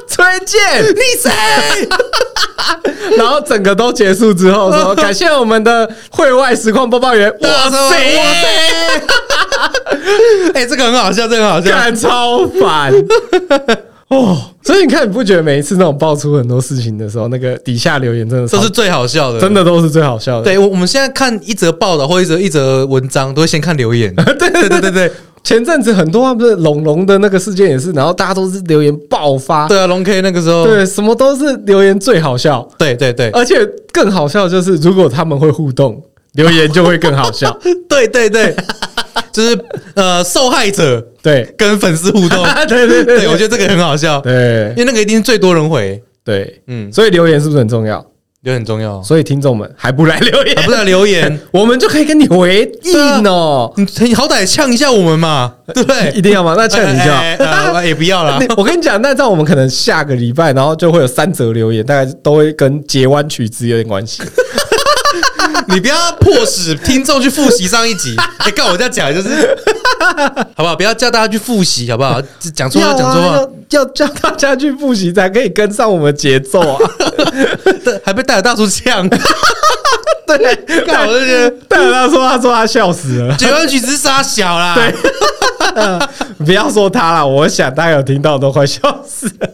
Speaker 1: 崔健，
Speaker 2: 你谁？
Speaker 1: 然后整个都结束之后 说，感谢我们的会外实况播报员，
Speaker 2: 哇
Speaker 1: 哇
Speaker 2: 塞！哇
Speaker 1: 塞，
Speaker 2: 塞！ 哎，这个很好笑，这个很好笑。
Speaker 1: 干超烦。啊 哦，所以你看，你不觉得每一次那种爆出很多事情的时候，那个底下留言真的
Speaker 2: 这
Speaker 1: 超
Speaker 2: 是最好笑的，
Speaker 1: 真
Speaker 2: 的。
Speaker 1: 的都是最好笑的。
Speaker 2: 对我，我们现在看一则报道或一则一则文章，都会先看留 言。 对对对对对，
Speaker 1: 前阵子很多啊，不是龙龙的那个事件也是，然后大家都是留言爆发，
Speaker 2: 对啊，龙 K 那个时候，
Speaker 1: 对，什么都是留言最好笑，
Speaker 2: 对对对
Speaker 1: 而且更好笑就是如果他们会互动，留言就会更好 笑。
Speaker 2: 对对对，就是呃，受害者
Speaker 1: 对，
Speaker 2: 跟粉丝互动，
Speaker 1: 对对对
Speaker 2: 哦 对我觉得这个很好笑，因
Speaker 1: 对
Speaker 2: 为那个一定是最多人回，
Speaker 1: 对，
Speaker 2: 嗯，
Speaker 1: 所以留言是不是很重要？
Speaker 2: 也很重要，
Speaker 1: 所以听众们还不来留言，
Speaker 2: 啊还不是啊留言，
Speaker 1: 我们就可以跟你回应哦。
Speaker 2: 你你好歹呛一下我们 嘛，对不对？
Speaker 1: 一定要吗？那劝你就好。
Speaker 2: 哎哎哎啊也不要啦
Speaker 1: 那。我跟 你讲，那这样我们可能下个礼拜，然后就会有三则留言，大概都会跟截弯曲子有点关 系。
Speaker 2: 你不要迫使听众去复习上一集。 哎、告我这样讲就是， 好不好？不要叫大家去复习，好不好？讲错
Speaker 1: 要
Speaker 2: 话
Speaker 1: 啊
Speaker 2: 讲错话，
Speaker 1: 要要叫大家去复习，才可以跟上我们节奏 啊！
Speaker 2: 对还被戴尔大叔 呛。
Speaker 1: 对，
Speaker 2: 干我就觉得
Speaker 1: 但他说他说他笑死了，
Speaker 2: 结婚曲只是傻小啦，对。
Speaker 1: 不要说他了，我想大家有听到都快笑死了。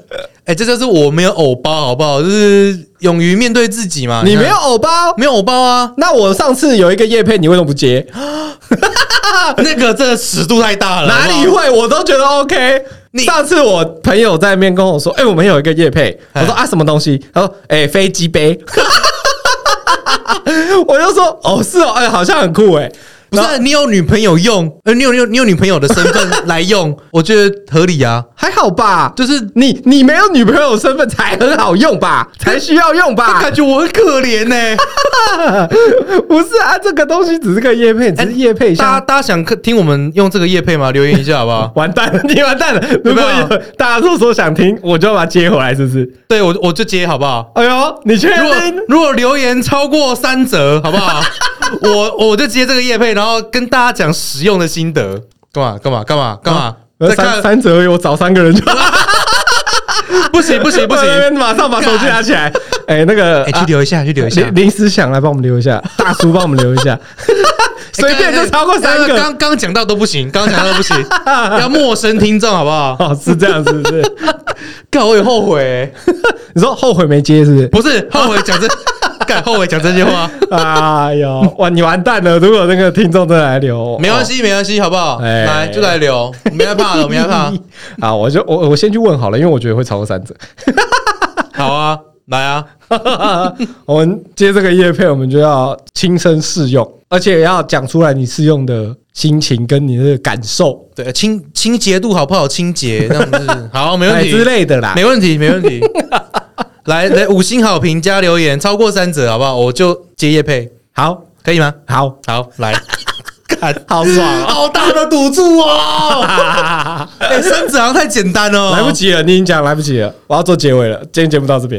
Speaker 2: 哎、这就是我没有偶包，好不好？就是勇于面对自己嘛。
Speaker 1: 你没
Speaker 2: 看
Speaker 1: 有偶包？
Speaker 2: 没有偶包啊？
Speaker 1: 那我上次有一个叶配，你为什么不接？
Speaker 2: 那个这个尺度太大了，
Speaker 1: 哪
Speaker 2: 好
Speaker 1: 里
Speaker 2: 不好？
Speaker 1: 会？我都觉得 OK
Speaker 2: 你。
Speaker 1: 上次我朋友在面跟我说：“哎、我们有一个叶 配。”
Speaker 2: 哎
Speaker 1: 我说：“啊，什么东西？”他说：“哎、飞机杯。” 我就说：“哦，是哦，哎、好像很酷哎、
Speaker 2: 不是啊、你有女朋友用，呃，你有你有你有女朋友的身份来 用，我觉得合理啊。
Speaker 1: 还好吧？
Speaker 2: 就是
Speaker 1: 你你没有女朋友身份才很好用 吧？才需要用吧
Speaker 2: 感？觉我很可怜欸呢、
Speaker 1: 不是啊，这个东西只是个叶配，只是叶配一
Speaker 2: 大家
Speaker 1: 下。？
Speaker 2: 大家想看听我们用这个叶配吗？留言一下好不好
Speaker 1: 完蛋了， 你完蛋了！
Speaker 2: 有
Speaker 1: 如
Speaker 2: 没
Speaker 1: 果
Speaker 2: 有
Speaker 1: 有大家都说想听，我就要把它接回来，是不是？
Speaker 2: 对我我就接好不好？
Speaker 1: 哎呦，你确
Speaker 2: 如果
Speaker 1: 定？
Speaker 2: 如果留言超过三折，好不好？我我就接这个叶配，然后跟大家讲实用的心得。干嘛干嘛干嘛干嘛？
Speaker 1: 那
Speaker 2: 再
Speaker 1: 三
Speaker 2: 看
Speaker 1: 三折而已，我找三个人就好。
Speaker 2: 不行 不行不行！
Speaker 1: 那边马上把手机拿起 来。哎，那个
Speaker 2: 哎，去留一下去留一下
Speaker 1: 临，临时想来帮我们留一下，大叔帮我们留一 下，随便就超过三
Speaker 2: 哎刚
Speaker 1: 个。
Speaker 2: 刚刚讲到都不行，刚刚讲到都 不行，要陌生听众好不好？
Speaker 1: 哦，是这样，是不是？
Speaker 2: 干我也后悔欸，
Speaker 1: 你说后悔没接是不 是？
Speaker 2: 不是后悔讲这干后悔讲这些话，
Speaker 1: 哎呦，哇，你完蛋了！如果那个听众真的来留，
Speaker 2: 没关系没关系好不好？
Speaker 1: 哎
Speaker 2: 来就来留，没害怕的没害 怕。
Speaker 1: 哦。啊，我就我我先去问好了，因为我觉得会超过三折。
Speaker 2: 好啊，来啊，
Speaker 1: 我们接这个叶配，我们就要亲身试用，而且要讲出来你试用的心情跟你的感受。
Speaker 2: 对，清清洁度好不好？清洁这样 子，好，没问
Speaker 1: 哎
Speaker 2: 题，
Speaker 1: 之类的啦，
Speaker 2: 没问题，没问题。来来，五星好评加留言，超过三折好不好？我就接叶配，
Speaker 1: 好，
Speaker 2: 可以吗？
Speaker 1: 好，
Speaker 2: 好，来，看，
Speaker 1: 好爽 哦！
Speaker 2: 好啊大的赌注哦！ 哎，三折好像太简单哦了，
Speaker 1: 来不。及了，你已经讲来不及了，我要做结尾了。今天节目到这边，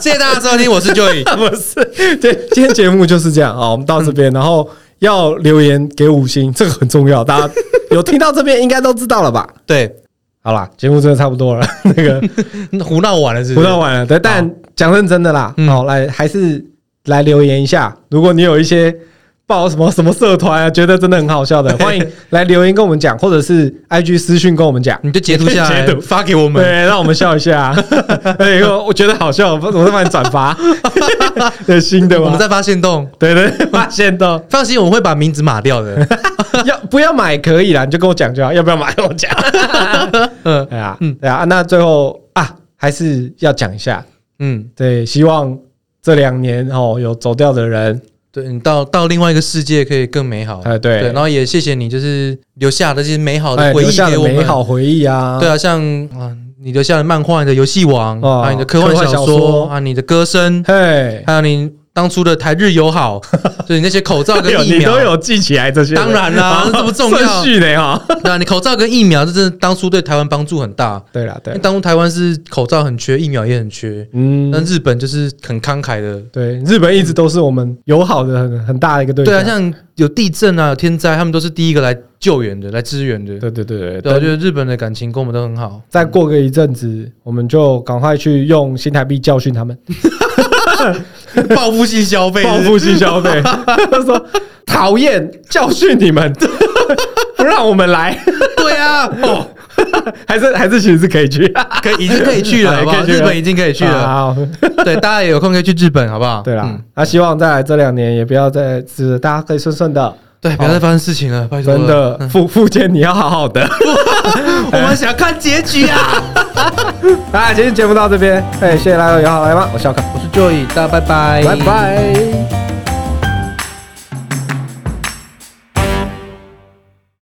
Speaker 2: 谢谢大家收听，我是 Joy，
Speaker 1: 不是，对，今天节目就是这样啊、我们到这边，然后要留言给五星，这个很重要，大家有听到这边应该都知道了吧？
Speaker 2: 对，
Speaker 1: 好啦，节目真的差不多了， 那个
Speaker 2: 胡闹完了是
Speaker 1: 不
Speaker 2: 不是？
Speaker 1: 到完了，对，但讲认真的啦，
Speaker 2: 嗯
Speaker 1: 好、来还是来留言一下，如果你有一些。报什么什么社团啊？觉得真的很好笑 的，欢迎来留言跟我们讲，或者是 IG 私讯跟我们讲。
Speaker 2: 你就截图下来
Speaker 1: 截图
Speaker 2: 发给我们，
Speaker 1: 对，让我们笑一 下。哎，我我觉得好笑，我我再帮你转 发。有新的
Speaker 2: 我们
Speaker 1: 吗？
Speaker 2: 再发现动。
Speaker 1: 对对，发现到
Speaker 2: 放心，我们会把名字码 掉的。
Speaker 1: 要不要买可以啦，你就跟我讲就好。要不要买跟我讲。
Speaker 2: 嗯
Speaker 1: 对 啊，对啊。那最后啊，还是要讲一下，
Speaker 2: 嗯，
Speaker 1: 对，希望这两年哦有走掉的人，
Speaker 2: 对你到到另外一个世界可以更美好。
Speaker 1: 哎对
Speaker 2: 对，然后也谢谢你，就是留下的这些美好
Speaker 1: 哎
Speaker 2: 的回
Speaker 1: 留
Speaker 2: 忆
Speaker 1: 下
Speaker 2: 给
Speaker 1: 的
Speaker 2: 我们。
Speaker 1: 美好回忆啊。
Speaker 2: 对啊，像啊，你留下的漫画、你的游戏王
Speaker 1: 哦
Speaker 2: 啊，你的科幻
Speaker 1: 科幻
Speaker 2: 小
Speaker 1: 小
Speaker 2: 说
Speaker 1: 说哎
Speaker 2: 啊，你的歌声，
Speaker 1: 嘿，
Speaker 2: 还有你当初的台日 友好，就是那些口罩跟
Speaker 3: 有
Speaker 1: 哎
Speaker 2: 疫
Speaker 3: 你
Speaker 2: 苗
Speaker 3: 都，有记起来这些，
Speaker 2: 当然啦
Speaker 3: 哦
Speaker 2: 这么重要
Speaker 3: 顺序呢哈。
Speaker 1: 哦
Speaker 2: 对啊，你口罩跟疫苗，这真的当初对台湾帮助很大。
Speaker 1: 对啦，
Speaker 2: 因
Speaker 1: 对
Speaker 2: 为
Speaker 1: 啦，
Speaker 2: 当初台湾是口罩很缺，疫苗也很缺，那
Speaker 1: 嗯，
Speaker 2: 日本就是很慷慨的。
Speaker 1: 对，日本一直都是我们友好的很很大的一个对
Speaker 2: 对啊，
Speaker 1: 象。
Speaker 2: 像有地震啊、有天灾，他们都是第一个来救援的、来支援的。
Speaker 1: 对对对对
Speaker 2: 对啊，我觉
Speaker 1: 对，
Speaker 2: 得日本的感情跟我们都很好。
Speaker 1: 再过个一阵子，我们就赶快去用新台币教训他们，
Speaker 2: 报复性消费
Speaker 1: 报复性消 费。他说讨厌，教训你们， 不让我们来，
Speaker 2: 对啊，哦，
Speaker 1: 还是还是其实是可以去，
Speaker 2: 可以已经可以去了，好不啊好？
Speaker 1: 可以去了
Speaker 2: 日本已经可以去了，
Speaker 1: 好。
Speaker 2: 对，大家也有空可以去日本，好不好？
Speaker 1: 对啦
Speaker 2: 嗯，
Speaker 1: 那希望再来这两年也不要再，是大家可以顺顺的，
Speaker 2: 对，不要再发生事情了，拜托了。
Speaker 1: 真的复复健你要好好的。
Speaker 2: 我们想看结局 啊！
Speaker 1: 那今天节目到这边，哎，谢谢大家有好来吗？我是小卡，
Speaker 2: 哎我是 Joy，大家拜拜，
Speaker 1: 拜拜。